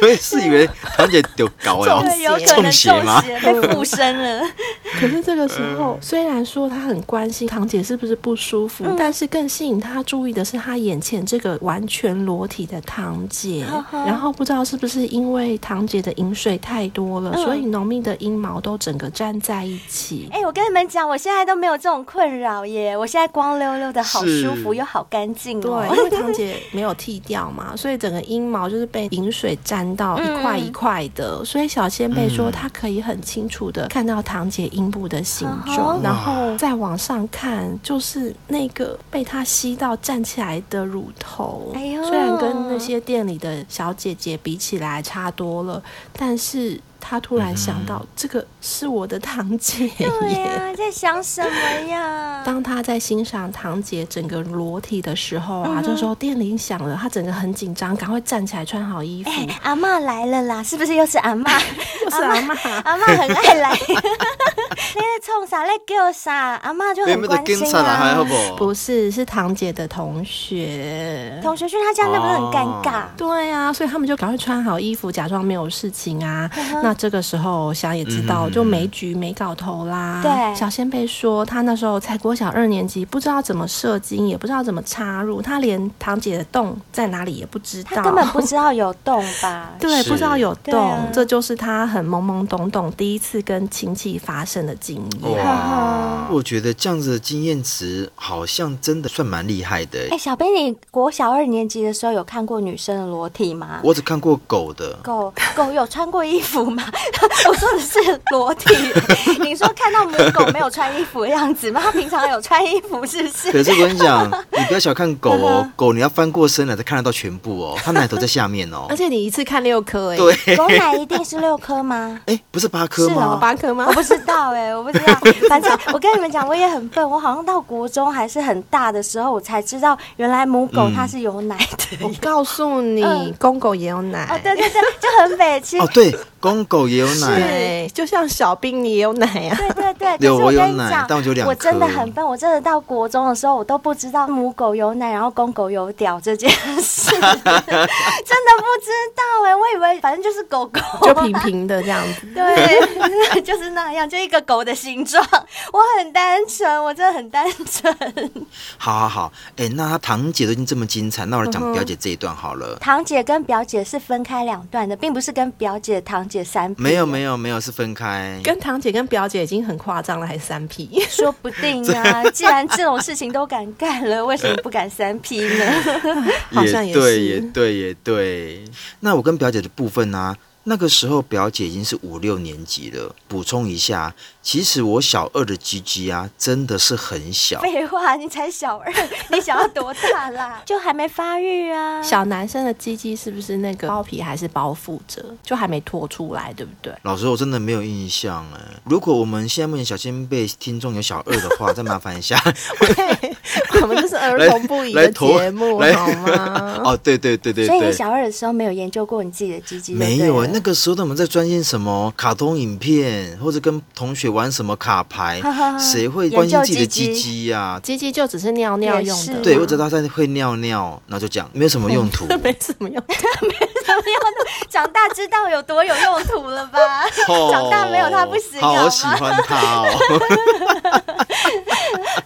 B: 所以是以为堂姐丢 高了
D: 中
C: 对，有
B: 哦，
C: 可能
B: 中邪吗
C: 中？邪被附身了。
D: 可是这个时候，虽然说她很关心堂姐是不是不舒服，
C: 嗯
D: 但是更吸引她注意的是她眼前这个完全裸体的堂姐
C: 呵。呵
D: 然后不知道是不是因为堂姐的饮水太多了，
C: 嗯
D: 所以浓密的阴毛都整个粘在一起。
C: 哎、我跟你们讲，我现在都没有这种困扰耶，我现在光溜溜的，好
B: 是
C: 舒服又好干净哦。
D: 对，因为堂姐没有剃掉嘛，所以整个阴毛就是被饮水沾到
C: 嗯
D: 一块一块的。所以小仙贝说，她可以很清楚的看到堂姐阴部的形
C: 哦
D: 状，然后再往上看，就是那个被她吸到站起来的乳头。
C: 哎呦
D: 虽然跟那些店里的小姐姐比起来差多了，但是她突然想到，这个是我的堂姐
C: 对
D: 耶。
C: 呀、在想什么呀？
D: 当他在欣赏堂姐整个裸体的时候
C: 嗯
D: 啊，这时候电铃响了，他整个很紧张，赶快站起来穿好衣服。
C: 哎、阿嬷来了啦，是不是又是阿 嬷？
D: 又是阿 嬷
C: 阿嬷很爱来。哎你在冲啥？在叫啥？阿嬷 就
B: 你
C: 很
B: 们的
C: 关
B: 警
C: 心
B: 察来还好
C: 啊。
B: 不好？
D: 不是，是堂姐的同学。
C: 同学去他家，那不是很尴尬？
B: 哦
D: 对啊，所以他们就赶快穿好衣服，假装没有事情啊。
C: 嗯
D: 那这个时候，想也知道，
B: 嗯
D: 就没局没搞头啦。
C: 对
D: 小仙贝说，他那时候才国小二年级，不知道怎么射精，也不知道怎么插入，他连堂姐的洞在哪里也不知道，？
C: 他根本不知道有洞吧
D: 对，
B: 是
D: 不知道有
C: 对
D: 洞，
C: 啊
D: 这就是他很懵懵懂懂第一次跟亲戚发生的经验。
B: 哇，我觉得这样子的经验值好像真的算蛮厉害的
C: 哎、
B: 欸。
C: 小贝，你国小二年级的时候有看过女生的裸体吗？
B: 我只看过狗的，
C: 狗狗有穿过衣服吗？ 我说的是裸体。你说看到母狗没有穿衣服的样子吗？它平常有穿衣服是不是？
B: 可是我跟你 讲，你不要小看狗
C: 嗯
B: 哦，狗你要翻过身来才看得到全部哦，它奶头在下面哦
D: 而。
C: 呃
D: 且你一次看六颗、哎，
B: 对，
C: 狗奶一定是六颗吗？
B: 哎，不是八颗
C: 是啊
D: 哦
B: 吗？
D: 八颗吗
C: 我？不知道哎、我不知道。反正我跟你们讲，我也很笨，我好像到国中还是很大的时候，我才知道原来母狗它是有奶的。
D: 我告诉你，
C: 嗯
D: 公狗也有奶。
C: 哦，对对对，就很北七。
B: 哦，对，公狗也有
D: 对
B: 奶，
D: 就像小兵你也有奶啊。
C: 对对对，可
B: 有
C: 是
B: 我有
C: 跟你
B: 奶
C: 讲，
B: 但我只有两
C: 我真的
B: 颗
C: 很笨，我真的到国中的时候，我都不知道母狗有奶，然后公狗有屌这件事， 真的不知道哎、我以为反正就是狗狗，
D: 就平平的这样子，
C: 对， 就是那样，就一个狗的形状。我很单纯，我真的很单纯。
B: 好好好，哎，那她堂姐都已经这么精彩，那我来
C: 嗯
B: 讲表姐这一段好了。
C: 堂姐跟表姐是分开两段的，并不是跟表姐、堂姐三批
B: 没有没有没有，是分开。
D: 跟堂姐跟表姐已经很夸张了，还三 P。
C: 说不定啊，既然这种事情都敢干了，为什么不敢三 P 呢？
D: 好像也
B: 对，
D: 是
B: 也对，也对。那我跟表姐的部分呢、那个时候表姐已经是五六年级了。补充一下，其实我小二的鸡鸡啊，真的是很小。
C: 废话，你才小二，你想要多大啦？ 就还没发育啊。
D: 小男生的鸡鸡是不是那个包皮还是包覆着，就还没脱出来，对不对？
B: 老师，我真的没有印象哎。如果我们现在目前小先辈听众有小二的话，再 麻烦一下
D: 我们就是儿
B: 来
D: 童不宜
B: 来
D: 的
B: 投
D: 节目，
B: 来
D: 好吗？
B: 哦，对对对对
C: 所以你
B: 对，
C: 小二的时候没有研究过你自己的鸡鸡就对
B: 没
C: 了，，
B: 有哎。那个时候他们在专心什么卡通影片，或者跟同学玩什么卡牌谁会
C: 研
B: 关心
C: 究
B: 自己的
C: 鸡
B: 鸡
C: 鸡
B: 鸡呀、
D: 鸡鸡就只是尿尿
C: 也
D: 用的
C: 是
D: 嘛，
B: 对，我只知道他会尿尿，然后就讲没有什么用途。
D: 没什么 用。
C: 没有那长大知道有多有用途了吧？
B: 哦
C: 长大没有他不行，好
B: 好
C: 吗？
B: 喜欢他 哦。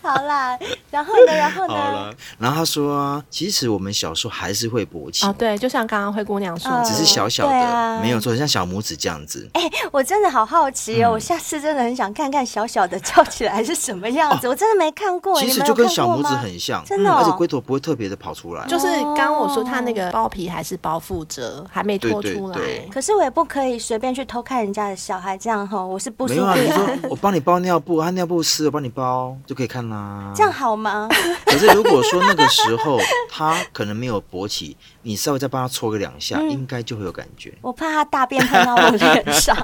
C: 好啦，然后呢？然后
B: 好
C: 呢？
B: 了，然后他说啊，其实我们小时候还是会勃起，
D: 哦，对，就像刚刚灰姑娘说的，
C: 嗯
B: 只是小小的，
C: 对啊
B: 没有错，很像小拇指这样子。
C: 哎、我真的好好奇哦，我下次真的很想看看小小的叫起来是什么样子，我真的没看过，
B: 其
C: 你
B: 实
C: 们
B: 就
C: 有
B: 跟
C: 看
B: 小
C: 过
B: 拇指
C: 吗？
B: 很像，
C: 真的
B: 嗯
C: 哦
B: 而且龟头不会特别的跑出来。
D: 就是刚刚我说它那个包皮还是包覆着，还没脱出来。
B: 对对对
C: 可是我也不可以随便去偷看人家的小孩，这样哈，我是不舒
B: 没
C: 服
B: 有啊，你
C: 的。
B: 说我帮你包尿布，他尿布湿，我帮你包就可以看啦。
C: 这样好吗？
B: 可是如果说那个时候
C: 嗯
B: 他可能没有勃起，你稍微再帮他搓个两下，应该就会有感觉。
C: 我怕他大便喷到我脸上。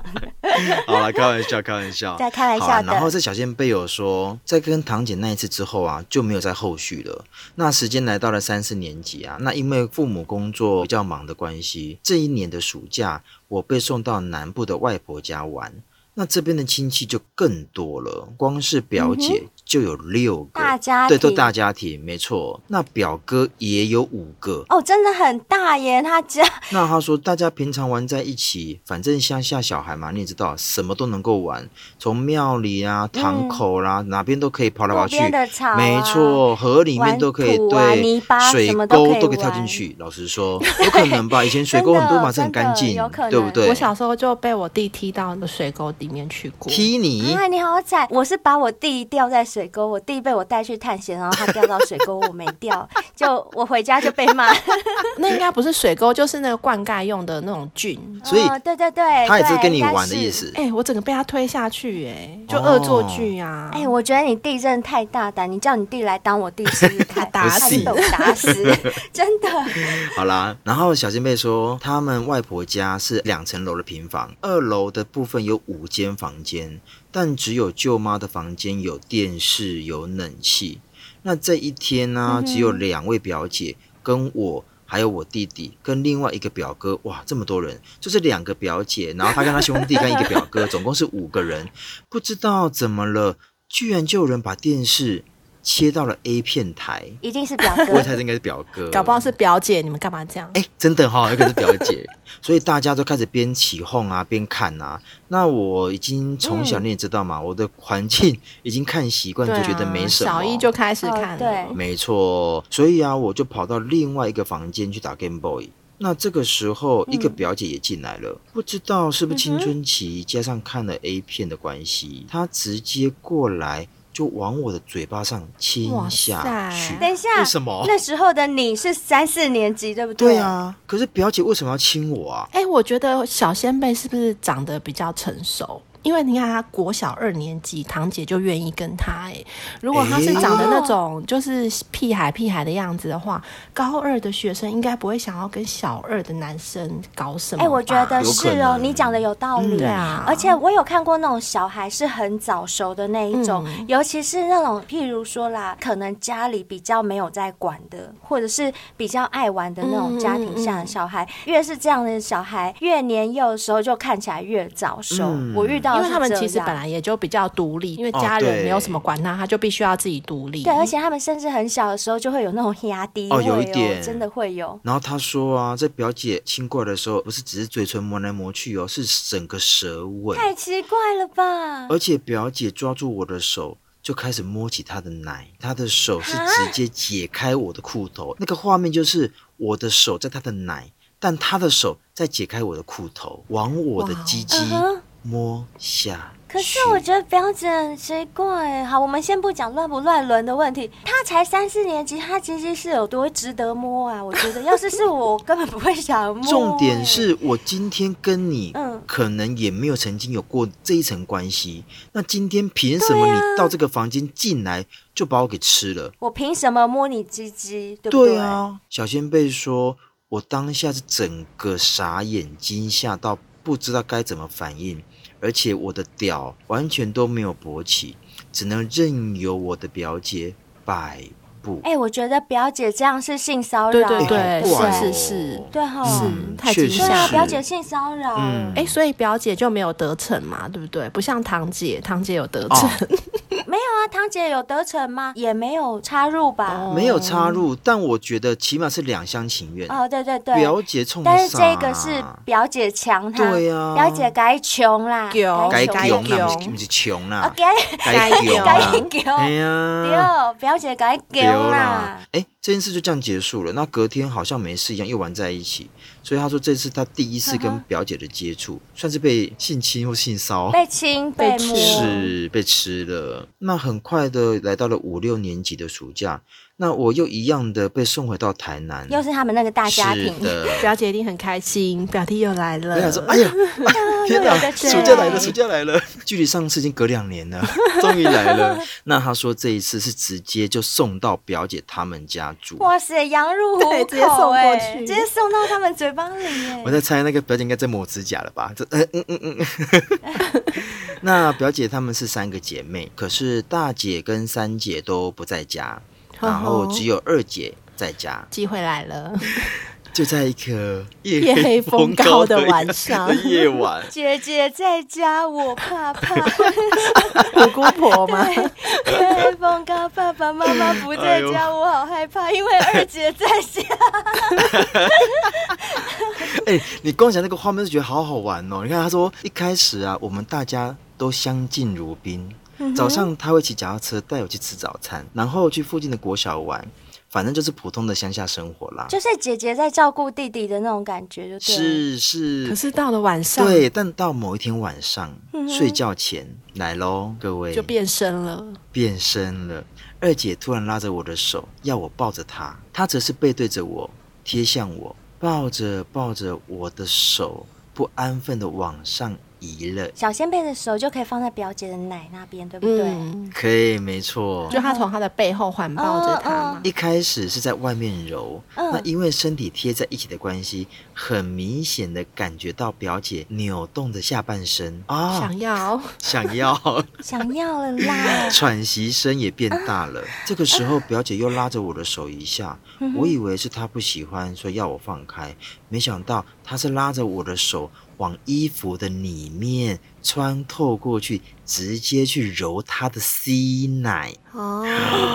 B: 好了，开玩笑，开玩笑，
C: 在开玩笑
B: 好啊
C: 的
B: 然后在小仙贝有说，在跟堂姐那一次之后啊，就没有在后续了。那时间来到了三四年级啊，那因为父母工作比较忙的关系，这一年的暑假，我被送到南部的外婆家玩。那这边的亲戚就更多了，光是表姐就有六个，
C: 嗯大家
B: 对，都
C: 庭
B: 大家庭，没错。那表哥也有五个，
C: 哦，真的很大耶，他家
B: 那他说，大家平常玩在一起，反正乡下小孩嘛，你也知道，什么都能够玩，从庙里啊、堂口啦、哪边都可以跑来跑
C: 路
B: 去。
C: 嗯边的草、啊，
B: 没，错，河里面都可以，
C: 玩土啊泥
B: 对，
C: 巴
B: 水
C: 什么都可以
B: 沟都可以跳
C: 玩
B: 进去。老实说，有可能吧？以前水沟很多嘛，
C: 真的
B: 是很干
C: 真
B: 净
C: 的有可能，
B: 对不对
D: 我？小时候就被我弟踢到水沟里面去过。
B: 踢你，
C: 哎，你好惨！我是把我弟掉在水沟，我弟被我带去探险，然后他掉到水沟，我没 掉，就我回家就被骂。
D: 那应该不是水沟，就是那个灌溉用的那种菌。
B: 所以
C: 哦对对对，
B: 他也是
C: 对
B: 跟你
C: 应该
B: 玩的
C: 是
B: 意思。
D: 哎、我整个被他推下去、哎，就
B: 哦
D: 恶作剧啊！
C: 哎、我觉得你弟真的太大胆，你叫你弟来当我弟试 试看，
D: 打
C: 看
B: 死
C: 手 打死，真的。
B: 好啦，然后小仙贝说，他们外婆家是两层楼的平房，二楼的部分有五间房间，但只有舅妈的房间有电视、有冷气。那这一天呢、只有两位表姐跟我。还有我弟弟跟另外一个表哥，哇，这么多人，就是两个表姐，然后他跟他兄弟跟一个表哥，总共是五个人。不知道怎么了，居然就有人把电视切到了 A 片台，
C: 一定是表
B: 我也
C: 哥
B: 猜这应该是表哥，
D: 搞不好是表姐，你们干嘛这样？
B: 哎、真的哈、有可能是表姐，所以大家都开始边起哄啊，边看啊。那我已经从小你也知道嘛，我的环境已经看习惯，就
D: 嗯对啊，
B: 觉得没什么。
D: 小一就开始看了，
C: 哦对
B: 没错，所以啊，我就跑到另外一个房间去打 Game Boy。那这个时候，一
D: 嗯
B: 个表姐也进来了，不知道是不是青春期加上看了 A 片的关系，她直接过来就往我的嘴巴上亲
D: 哇
B: 下
D: 塞
B: 去。
C: 等一下，
B: 为什么？
C: 那时候的你是三四年级，对不对？
B: 对。啊，可是表姐为什么要亲我啊？
D: 哎、我觉得小仙贝是不是长得比较成熟？因为你看他国小二年级，堂姐就愿意跟他哎、如果他是长得
B: 哦
D: 那种就是屁孩屁孩的样子的话，高二的学生应该不会想要跟小二的男生搞什么
C: 哎、
D: 吧。
C: 我觉得
B: 有
C: 是
B: 可
C: 哦，
B: 能嗯
C: 你讲的有道理、
D: 对啊
C: 而且我有看过那种小孩是很早熟的那一种，
D: 嗯
C: 尤其是那种譬如说啦，可能家里比较没有在管的，或者是比较爱玩的那种家庭下的小孩，
D: 嗯
C: 越是这样的小孩，越年幼的时候就看起来越早熟。
B: 嗯
C: 我遇到的
D: 因为
C: 是
D: 他们
C: 这
D: 其实
C: 样
D: 本来也就比较独立，因为
B: 哦
D: 家人
B: 对
D: 没有什么管他，他就必须要自己独立。
C: 对，而且他们甚至很小的时候就会有那种压低、
B: 哦
C: 会
B: 有一点
C: 真的会有。
B: 然后他说啊，在表姐亲过来的时候，不是只是嘴唇磨来磨去哦，是整个舌吻，
C: 太奇怪了吧！
B: 而且表姐抓住我的手。就开始摸起她的奶，她的手是直接解开我的裤头，那个画面就是我的手在她的奶，但她的手在解开我的裤头，往我的
D: 哇
B: 鸡鸡
C: 嗯哼
B: 摸下去。
C: 可是我觉得表姐很奇怪。好，我们先不讲乱不乱伦的问题，她才三四年级，她其实是有多值得摸啊？我觉得，要是是我，我根本不会想摸、
B: 重点，是我今天跟你
C: 嗯，
B: 可能也没有曾经有过这一层关系。那今天凭什么你到这个房间进来就把我给吃了？
C: 我凭什么摸你鸡鸡？对不
B: 对啊，小仙贝说，我当下是整个傻眼，惊吓到不知道该怎么反应，而且我的屌完全都没有勃起，只能任由我的表姐摆布。
C: 哎、我觉得表姐这样是性骚扰，
D: 对对
C: 对
D: 对，
C: 不对，
B: 哦
D: 是是是。
C: 对哈，
B: 嗯
D: 太
B: 确
D: 惊
B: 实
C: 对啊，
B: 是
C: 表姐性骚扰，
B: 嗯
D: 哎、所以表姐就没有得逞嘛，对不对？不像堂姐，堂姐有得
B: 哦
D: 逞。
C: 没有啊？堂姐有得逞吗？也没有插入
D: 哦
C: 吧？
B: 没有插入，但我觉得起码是两厢情愿。
C: 哦，对对对，
B: 表姐冲啥
C: 但是这个是表姐强她，
B: 对啊
C: 表姐该穷哦啦，
D: 穷
B: 该
D: 该
B: 穷啦，
D: 穷
B: 不是不是穷啦，
C: ，OK，
B: 该
D: 该
B: 穷啦
C: 啊该，穷，
B: 哎呀，
C: 对，表姐该穷
B: 丢
C: 啦
B: 啦。。哎，这件事就这样结束了。那隔天好像没事一样，又玩在一起。所以他说这是他第一次跟表姐的接触，算是被性侵或性骚
C: 被亲被
D: 被
C: 摸，
D: 吃
B: 是被吃了。那很快的来到了五六年级的暑假，那我又一样的被送回到台南，
C: 又是他们那个大家庭
B: 是，的。
D: 表姐一定很开心，表弟又来了。
B: 我想说，哎呀，哎天哪
C: 有的，追
B: 暑假来
C: 对
B: 了，暑假来了，距离上次已经隔两年 了，终于来了。那他说这一次是直接就送到表姐他们家住。
C: 哇塞，羊入虎口、
D: 对
C: 欸，
D: 直接送过去
C: 直接送到他们嘴巴里哎耶
B: 我。在猜那个表姐应该在抹指甲了吧？这呃嗯嗯嗯。 那表姐她们是三个姐妹，可是大姐跟三姐都不在家，
D: 哦
B: 然后只有二姐在家。
D: 机会来 了，
B: 就在一个
D: 夜
B: 夜
D: 黑风高的
B: 的
D: 晚上
B: 的夜晚，
C: 姐姐在家，我怕 怕。
D: 我姑婆吗？
C: 对，风高爸爸妈妈不在
B: 哎
C: 家，我好害怕，因为二姐在家。
B: 哎、你光想那个画面就觉得好好玩哦。你看，他说一开始啊，我们大家都相敬如宾。
D: 嗯
B: 早上他会骑脚踏车带我去吃早餐，然后去附近的国小玩，反正就是普通的乡下生活啦。
C: 就是姐姐在照顾弟弟的那种感觉，就对了。
B: 是是，
D: 可是到了晚上，嗯
B: 对，但到某一天晚上、睡觉前来喽，各位
D: 就变身了。
B: 变身了。二姐突然拉着我的手，要我抱着她，她则是背对着我，贴向我，抱着抱着我的手，不安分的往上移了。
C: 小仙贝的手就可以放在表姐的奶那边，对不对？
D: 嗯，
B: 可以，没错
D: 就。他从他的背后环抱着他嘛。
B: 一开始是在外面揉，
C: 嗯
B: 那因为身体贴在一起的关系，很明显的感觉到表姐扭动的下半身啊，
D: 想要
B: 想要。
C: 想要了啦
B: 喘息声也变大了。这个时候，表姐又拉着我的手一下，
C: 嗯
B: 我以为是她不喜欢，所以要我放开，没想到她是拉着我的手往衣服的里面穿透过去，直接去揉她的 C 奶。
D: 哦，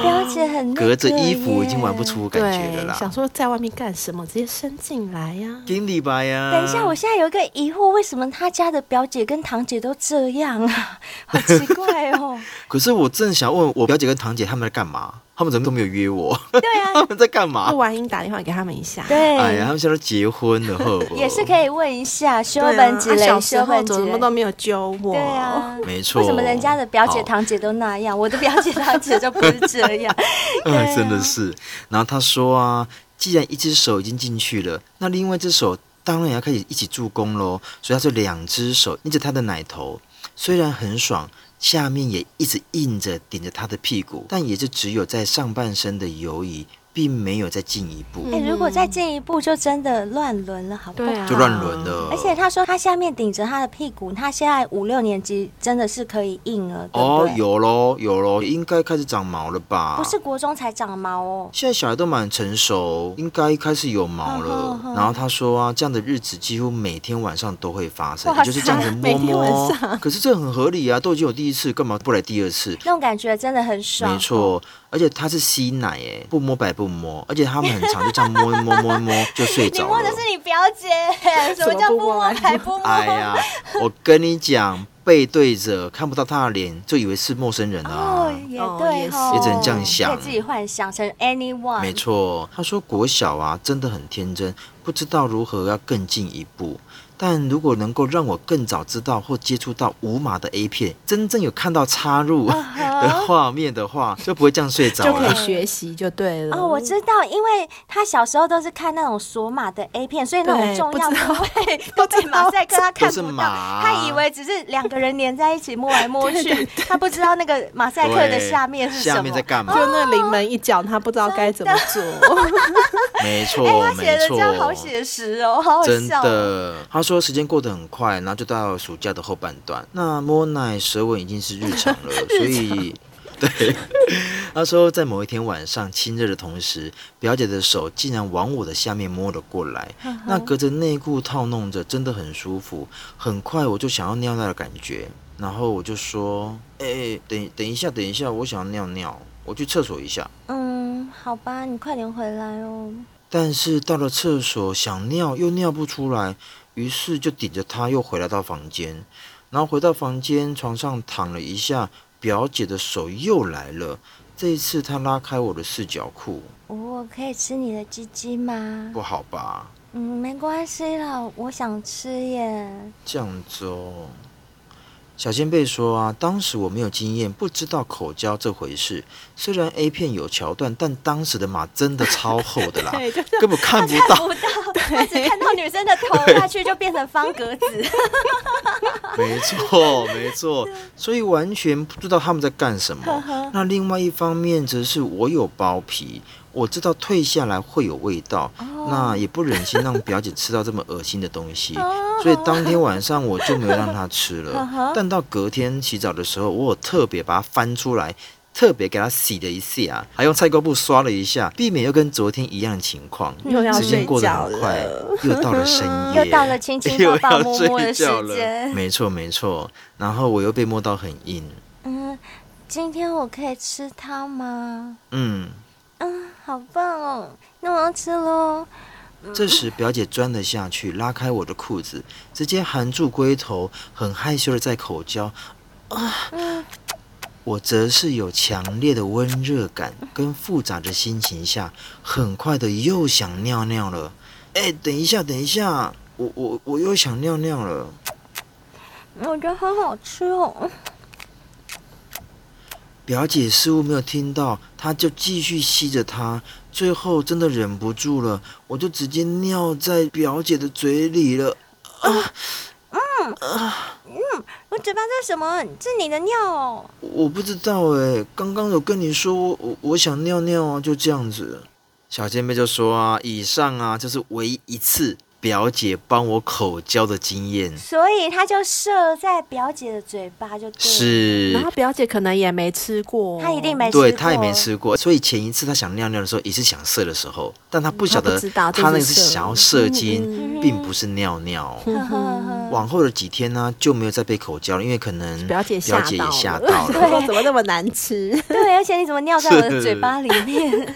C: 表姐很那个
B: 隔着衣服已经玩不
C: 耶
B: 出 感觉了
D: 对，想
B: 啦。
D: 说在外面干什么，直接伸进来呀、
B: 顶礼拜呀！
C: 等一下，我现在有一个疑惑，为什么他家的表姐跟堂姐都这样啊？ 好奇怪 哦。
B: 可是我正想问我表姐跟堂姐他们在干嘛？他们怎么都没有约 我？
C: 对啊
B: 他，们在干嘛
D: 录？完音打电话给他们一下。
C: 对，啊
B: 哎呀，他们现在都结婚了，呵
C: 欸也是
B: 以。
C: 可以问一下修
D: 对啊，
C: 本之
D: 啊
C: 类，
D: 小时
C: 修
D: 候
C: 本
D: 怎
C: 之
D: 么
C: 类。
D: 都没有揪我。
C: 对啊，
B: 没错
C: 为什么人家的表姐
B: 好
C: 堂姐都那样，我的表姐堂姐就不是这 样？
B: 哎、
C: 啊
B: 真的是。然后他说啊，既然一只手已经进去了，那另外一只手当然也要开始一起助攻喽。所以他是两只手捏着他的奶头，虽然很爽，下面也一直硬着顶着他的屁股，但也就只有在上半身的游移，并没有再进一步，
C: 哎、如果再进一步，就真的乱伦了，好不好？
D: 对啊，
B: 就乱伦。了。
C: 而且他说他下面顶着他的屁股，他现在五六年级真的是可以硬了，对不
B: 哦
C: 对？，
B: 有喽，有喽，应该开始长毛了吧？
C: 不是，国中才长毛哦。
B: 现在小孩都蛮成熟，应该开始有毛了
C: 嗯。哼
B: 然后他说啊，这样的日子几乎每天晚上都会发生，
C: 哇
B: 也就是这样子摸
D: 每天
B: 摸
D: 晚。
B: 可是这很合理啊，都已经有第一次，干嘛不来第二次？
C: 那种感觉真的很爽，
B: 没错，而且他是吸奶哎，不摸白不摸，而且他们很常就这样摸一摸摸一摸就睡
C: 你
B: 着
C: 摸
B: 了
C: 的。是你表 姐，什么叫不摸啊白不 摸？
B: 哎呀，我跟你讲，背对着看不到他的脸，就以为是陌生人啊。
C: 哦，也
D: 哦
C: 对
D: 也是
C: 哦，
B: 也只能这样想
C: 可以自己幻想成 anyone，
B: 没错，他说国小啊真的很天真，不知道如何要更进一步。但如果能够让我更早知道或接触到无码的 A 片，真正有看到插入
C: 啊
B: 的画面的话，就不会这样睡着
D: 就可以
B: 了。
D: 学习就对了。
C: 哦，我知道，因为他小时候都是看那种索马的 A 片，所以那种
D: 对
C: 重要
D: 不知 道
C: 部 位都被马赛克，他看
B: 都是
C: 不到，
B: 马
C: 他以为只是两个人粘在一起摸来摸去，他不知道那个马赛克的下面是什
B: 下
C: 么哦
B: 面。在干嘛
D: 就？那临门一脚，他不知道该怎么做。
B: 没
C: 哎，
B: 错，
C: 他写
B: 没
C: 的这
B: 错，
C: 样好写实哦，好好
B: 真
C: 笑哦。
B: 的。他说时间过得很快，然后就到暑假的后半段。那摸奶舌吻已经是日常 了，所以。对，他说在某一天晚上亲热的同时，表姐的手竟然往我的下面摸了过来，
C: 嗯
B: 那隔着内裤套弄着，真的很舒服。很快我就想要尿尿的感觉，然后我就说：“哎、哎等等一下，等一下，我想要尿尿，我去厕所一下。”
C: 嗯，好吧，你快点回来哦。
B: 但是到了厕所想尿又尿不出来，于是就顶着他又回来到房间，然后回到房间床上躺了一下，表姐的手又来了。这一次她拉开我的四角裤，
C: 我哦可以吃你的鸡鸡吗？
B: 不好吧？
C: 嗯，没关系啦，我想吃耶。
B: 这样子哦，小仙贝说啊，当时我没有经验，不知道口交这回事。虽然 A 片有桥段，但当时的码真的超厚的啦，
D: 对就是
B: 根本看不
C: 看
B: 到。
C: 不到，他只看到女生的 头下去就变成方格子。
B: 没错，没错，所以完全不知道他们在干什么。那另外一方面，则是我有包皮，我知道退下来会有味道，那也不忍心让表姐吃到这么恶心的东西，所以当天晚上我就没有让她吃了。但到隔天洗澡的时候，我有特别把它翻出来。特别给它洗了一下，还用菜瓜布刷了一下，避免又跟昨天一样的情况。
D: 嗯又要
B: 时间
D: 睡
B: 过得
D: 觉
B: 很快啊
D: 了。，
B: 又到了深夜，
C: 又到了亲亲
B: 又
C: 抱抱
B: 要
C: 摸
B: 睡
C: 摸的时
B: 觉了
C: 间
B: 没错没错，然后我又被摸到很硬，
C: 嗯，今天我可以吃它吗？
B: 嗯。
C: 嗯，好棒哦，那我要吃喽。嗯
B: 这时表姐钻了下去，拉开我的裤子，直接含住龟头，很害羞的在口交。啊！
C: 嗯
B: 我则是有强烈的温热感跟复杂的心情下，很快的又想尿尿了。哎，等一下，等一下，我我我又想尿尿了。
C: 我觉得好好吃哦。
B: 表姐似乎没有听到，她就继续吸着它。最后真的忍不住了，我就直接尿在表姐的嘴里了。
C: 我嘴巴这什么？是你的尿哦。
B: 我不知道哎、刚刚有跟你说我我我想尿尿啊，就这样子。小仙妹就说啊，以上啊就是唯一一次表姐帮我口交的经验，
C: 所以他就射在表姐的嘴巴就对了，
B: 是
D: 然后表姐可能也没吃过，哦
C: 他一定没吃
B: 对她也没
C: 过
B: 吃过，所以前一次她想尿尿的时候也是想射的时候，但她不晓
D: 她
B: 得
D: 不知道这
B: 她那个
D: 是
B: 是
D: 射
B: 想要射精，
C: 嗯
B: 并 不是尿尿。
C: 呵呵呵
B: 往后的几天呢、就没有再被口交了，因为可能
D: 嗯表姐吓
B: 嗯也
D: 到
B: 吓到 了。
D: 说怎么那么难吃？
C: 对，而且你怎么尿在我的嘴巴里面？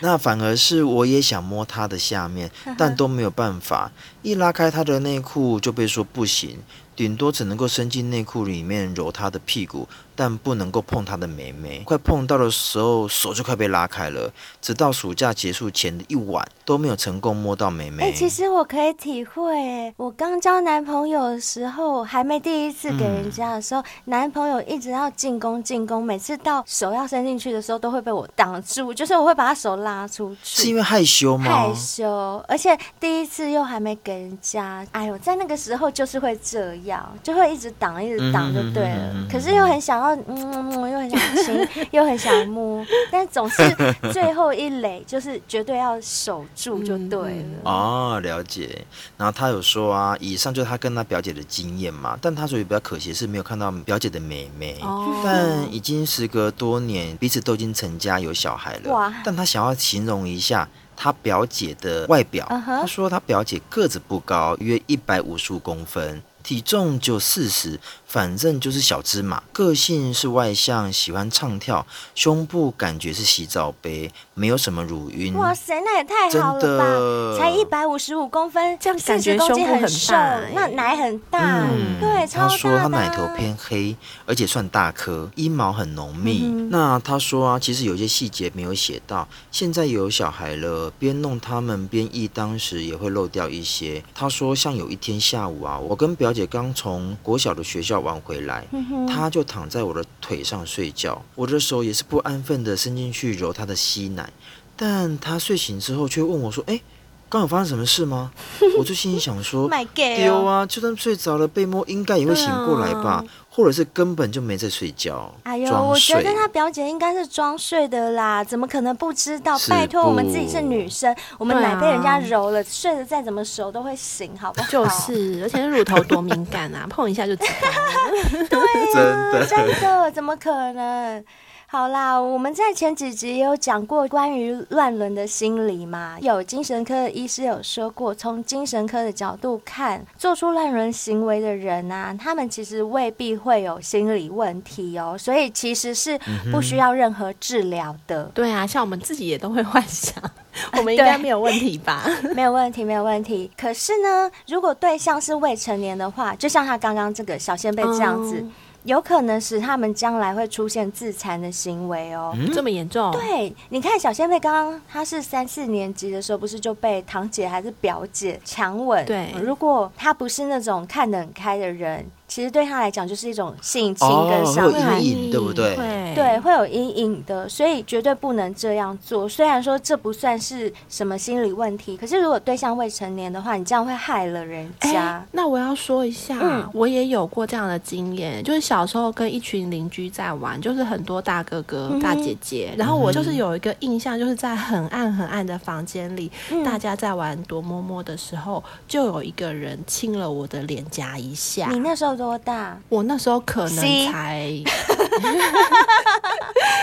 B: 那反而是我也想摸她的下面，但都没有办法。一拉开她的内裤就被说不行，顶多只能够伸进内裤里面揉她的屁股，但不能够碰她的妹妹。快碰到的时候，手就快被拉开了。直到暑假结束前的一晚，都没有成功摸到妹妹。
C: 哎、其实我可以体会，哎，我刚交男朋友的时候，还没第一次给人家的时
B: 嗯
C: 候，男朋友一直要进攻进攻，每次到手要伸进去的时候，都会被我挡住，就是我会把他手拉出
B: 是因
C: 去。
B: 为害羞吗
C: 害？羞，而且第一次又还没给人家，哎呦，在那个时候就是会这样，就会一直挡，一直挡就对了。
B: 嗯嗯嗯嗯嗯
C: 可是又很想要，嗯，嗯嗯又很想亲，又很想摸，但总是最后一垒就是绝对要守住就对了。
B: 哦，了解。然后他有说啊，以上就是他跟他表姐的经验嘛，但他所以比较可惜是没有看到表姐的妹妹。
D: 哦
B: 但已经时隔多年，彼此都已经成家有小孩了。
C: 哇
B: 但他想要形容一下他表姐的外表
C: 嗯哼
B: 他说他表姐个子不高，约一百五十五公分。体重就四十，反正就是小芝麻。个性是外向，喜欢唱跳，胸部感觉是洗澡杯，没有什么乳晕。
C: 哇塞，那也太好
B: 真的
C: 了吧！才一百五十五公分，
D: 这样感觉
C: 40公斤
D: 胸部
C: 很
D: 很
C: 瘦
D: 大欸，
C: 那奶很大，
B: 嗯，
C: 对，超
B: 他
C: 大的啊
B: 说他奶头偏黑，而且算大颗，阴毛很浓密。那他说啊，其实有一些细节没有写到，现在有小孩了，边弄他们边忆当时也会漏掉一些。他说，像有一天下午啊，我跟表姐刚从国小的学校玩回来，她就躺在我的腿上睡觉，我的手也是不安分的伸进去揉她的膝奶，但她睡醒之后却问我说，哎、刚有发生什么事吗？我就心里想 说，
C: ，Oh ，My gay
B: 丢啊！就算睡着了被摸，应该也会醒过来吧，或者是根本就没在睡觉，
C: 啊哎呦，
B: 装
C: 我觉
B: 睡。
C: 得她表姐应该是装睡的啦，怎么可能不知道？
B: 是
C: 拜托，
B: 不
C: 我们自己是女生，我们
D: 对啊
C: 奶被人家揉了，睡得再怎么熟都会醒，好不好？
D: 就是，而且乳头多敏感啊，碰一下就知道了。
B: 真
C: 啊
B: 的
C: 真的，怎么可能？ 好啦，我们在前几集也有讲过关于乱伦的心理嘛，有精神科的医师有说过，从精神科的角度看，做出乱伦行为的人啊，他们其实未必会有心理问题哦，所以其实是不需要任何治疗的。
D: 对啊，像我们自己也都会幻想，我们应该没有问 题吧？
C: 没有问题，没有问题。可是呢，如果对象是未成年的话，就像他刚刚这个小仙贝这样子，
D: 嗯
C: 有可能使他们将来会出现自残的行为哦。
D: 嗯这么严重？
C: 对，你看小仙贝刚刚她是三四年级的时候，不是就被堂姐还是表姐强吻？
D: 对
C: 如果她不是那种看得很开的人，其实对他来讲就是一种性侵
B: 哦，
C: 跟
B: 会
C: 伤
B: 有
C: 害。
B: 阴影，对不对？
D: 会
C: 对，会有阴影的，所以绝对不能这样做。虽然说这不算是什么心理问题，可是如果对象未成年的话，你这样会害了人家。
D: 哎那我要说一下，
C: 嗯
D: 我也有过这样的经验，就是小时候跟一群邻居在玩，就是很多大哥哥、
C: 嗯哼
D: 大姐姐，然后我就是有一个印象，就是在很暗很暗的房间里，
C: 嗯
D: 大家在玩躲猫猫的时候，就有一个人亲了我的脸颊一下
C: 你。那时候多大？
D: 我那时候可
C: C
D: 能才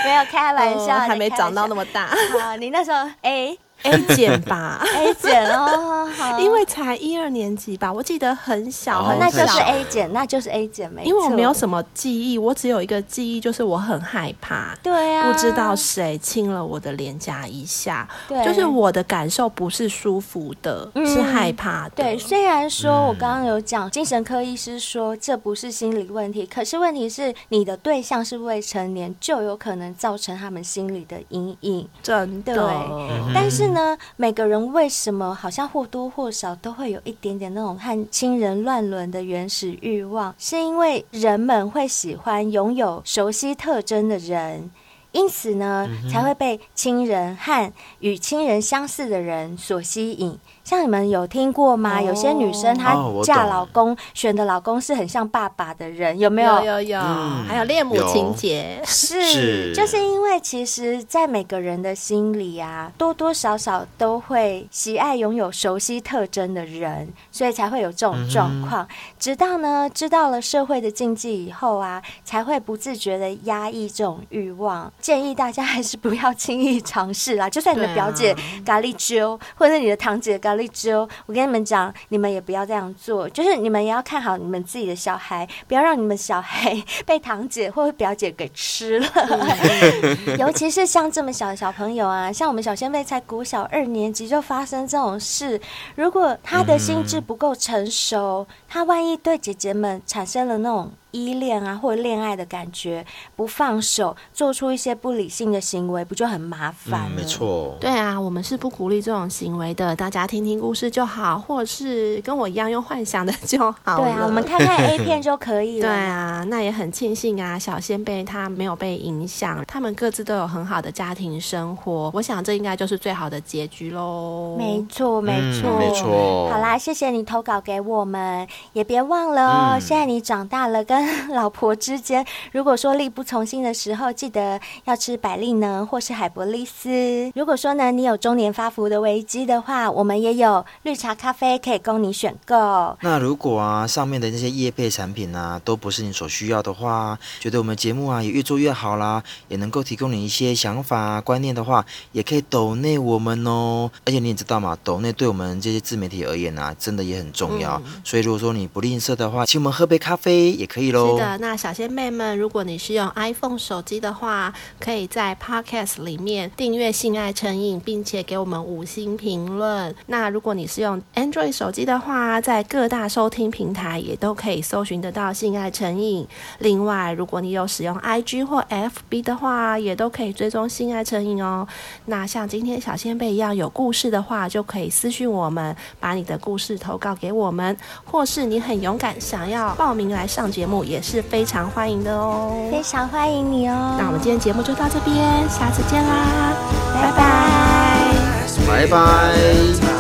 C: 没有开玩笑，
D: 呃还没长到那
C: 么
D: 么 大
C: 好。你那时候 A
D: A 减吧，
C: A 减哦，好
D: 因为才一二年级吧，我记得很小
B: 哦
D: 很
C: 那就
D: 小，
C: 是
B: 太小
C: A 减，那就是 A 减，没
D: 因为我
C: 错
D: 没有什么记忆，我只有一个记忆，就是我很害怕。
C: 对啊，
D: 不知道谁亲了我的脸颊一下，
C: 对
D: 就是我的感受不是舒服的，
C: 嗯
D: 是害怕的。
C: 对，虽然
B: 嗯
C: 说我刚刚有讲，精神科医师说这不是心理问题，可是问题是你的对象是未成年，就有可能造成他们心理的阴影。
D: 真的
C: 对
D: 嗯
C: 但是呢，每个人为什么好像或多或少都会有一点点那种和亲人乱伦的原始欲望？是因为人们会喜欢拥有熟悉特征的人。因此呢，才会被亲人和与亲人相似的人所吸引。像你们有听过吗？有些女生她
B: 哦我
C: 嫁
B: 懂
C: 老公，选的老公是很像爸爸的人，有没
D: 有有有，
B: 嗯
D: 还有恋母
B: 有
D: 情节，
C: 是，
B: 是
C: 就是因为其实，在每个人的心里啊，多多少少都会喜爱拥有熟悉特征的人，所以才会有这种状况。直到呢，知道了社会的禁忌以后啊，才会不自觉的压抑这种欲望。建议大家还是不要轻易尝试啦，就算你的
D: 对啊
C: 表姐咖喱揪，或者你的堂姐咖喱揪，我跟你们讲，你们也不要这样做，就是你们也要看好你们自己的小孩，不要让你们小孩被堂姐或者表姐给吃了。 尤其是像这么小的小朋友啊，像我们小仙贝才国小二年级就发生这种事，如果他的心
B: 嗯
C: 智不够成熟，他万一对姐姐们产生了那种依恋啊或者恋爱的感觉，不放手，做出一些不理性的行为，不就很麻烦、
B: 嗯，没。错。
D: 对啊，我们是不鼓励这种行为的，大家听听故事就好，或者是跟我一样用幻想的就好了。
C: 对啊，我们看 看 A 片就可以
D: 对
C: 了。
D: 啊，那也很庆幸啊，小仙贝他没有被影响，他们各自都有很好的家庭生活，我想这应该就是最好的结局喽。
C: 没错，没错、
B: 嗯没错
C: 好啦，谢谢你投稿给我们，也别忘了哦。
B: 嗯
C: 现在你长大了，跟老婆之间，如果说力不从心的时候，记得要吃百利能或是海博利斯。如果说呢，你有中年发福的危机的话，我们也有绿茶咖啡可以供你选购。
B: 那如果啊，上面的那些业配产品啊，都不是你所需要的话，觉得我们节目啊也越做越好啦，也能够提供你一些想法、啊、观念的话，也可以抖内我们哦。而且你也知道嘛，抖内对我们这些自媒体而言啊，真的也很重要。
C: 嗯
B: 所以如果说你不吝啬的话，请我们喝杯咖啡也可以喽。
D: 是的，那小仙妹们，如果你是用 iPhone 手机的话，可以在 Podcast 里面订阅《性爱成瘾》，并且给我们五星评论。那如果你是用 Android 手机的话，在各大收听平台也都可以搜寻得到《性爱成瘾》。另外，如果你有使用 IG 或 FB 的话，也都可以追踪《性爱成瘾》哦。那像今天小仙贝一样有故事的话，就可以私讯我们，把你的故事投稿给我们，或是你很勇敢想要报名来上节目，也是非常欢迎的哦。
C: 非常欢迎你哦。
D: 那我们今天节目就到这边，下次见啦，拜拜
B: 拜拜。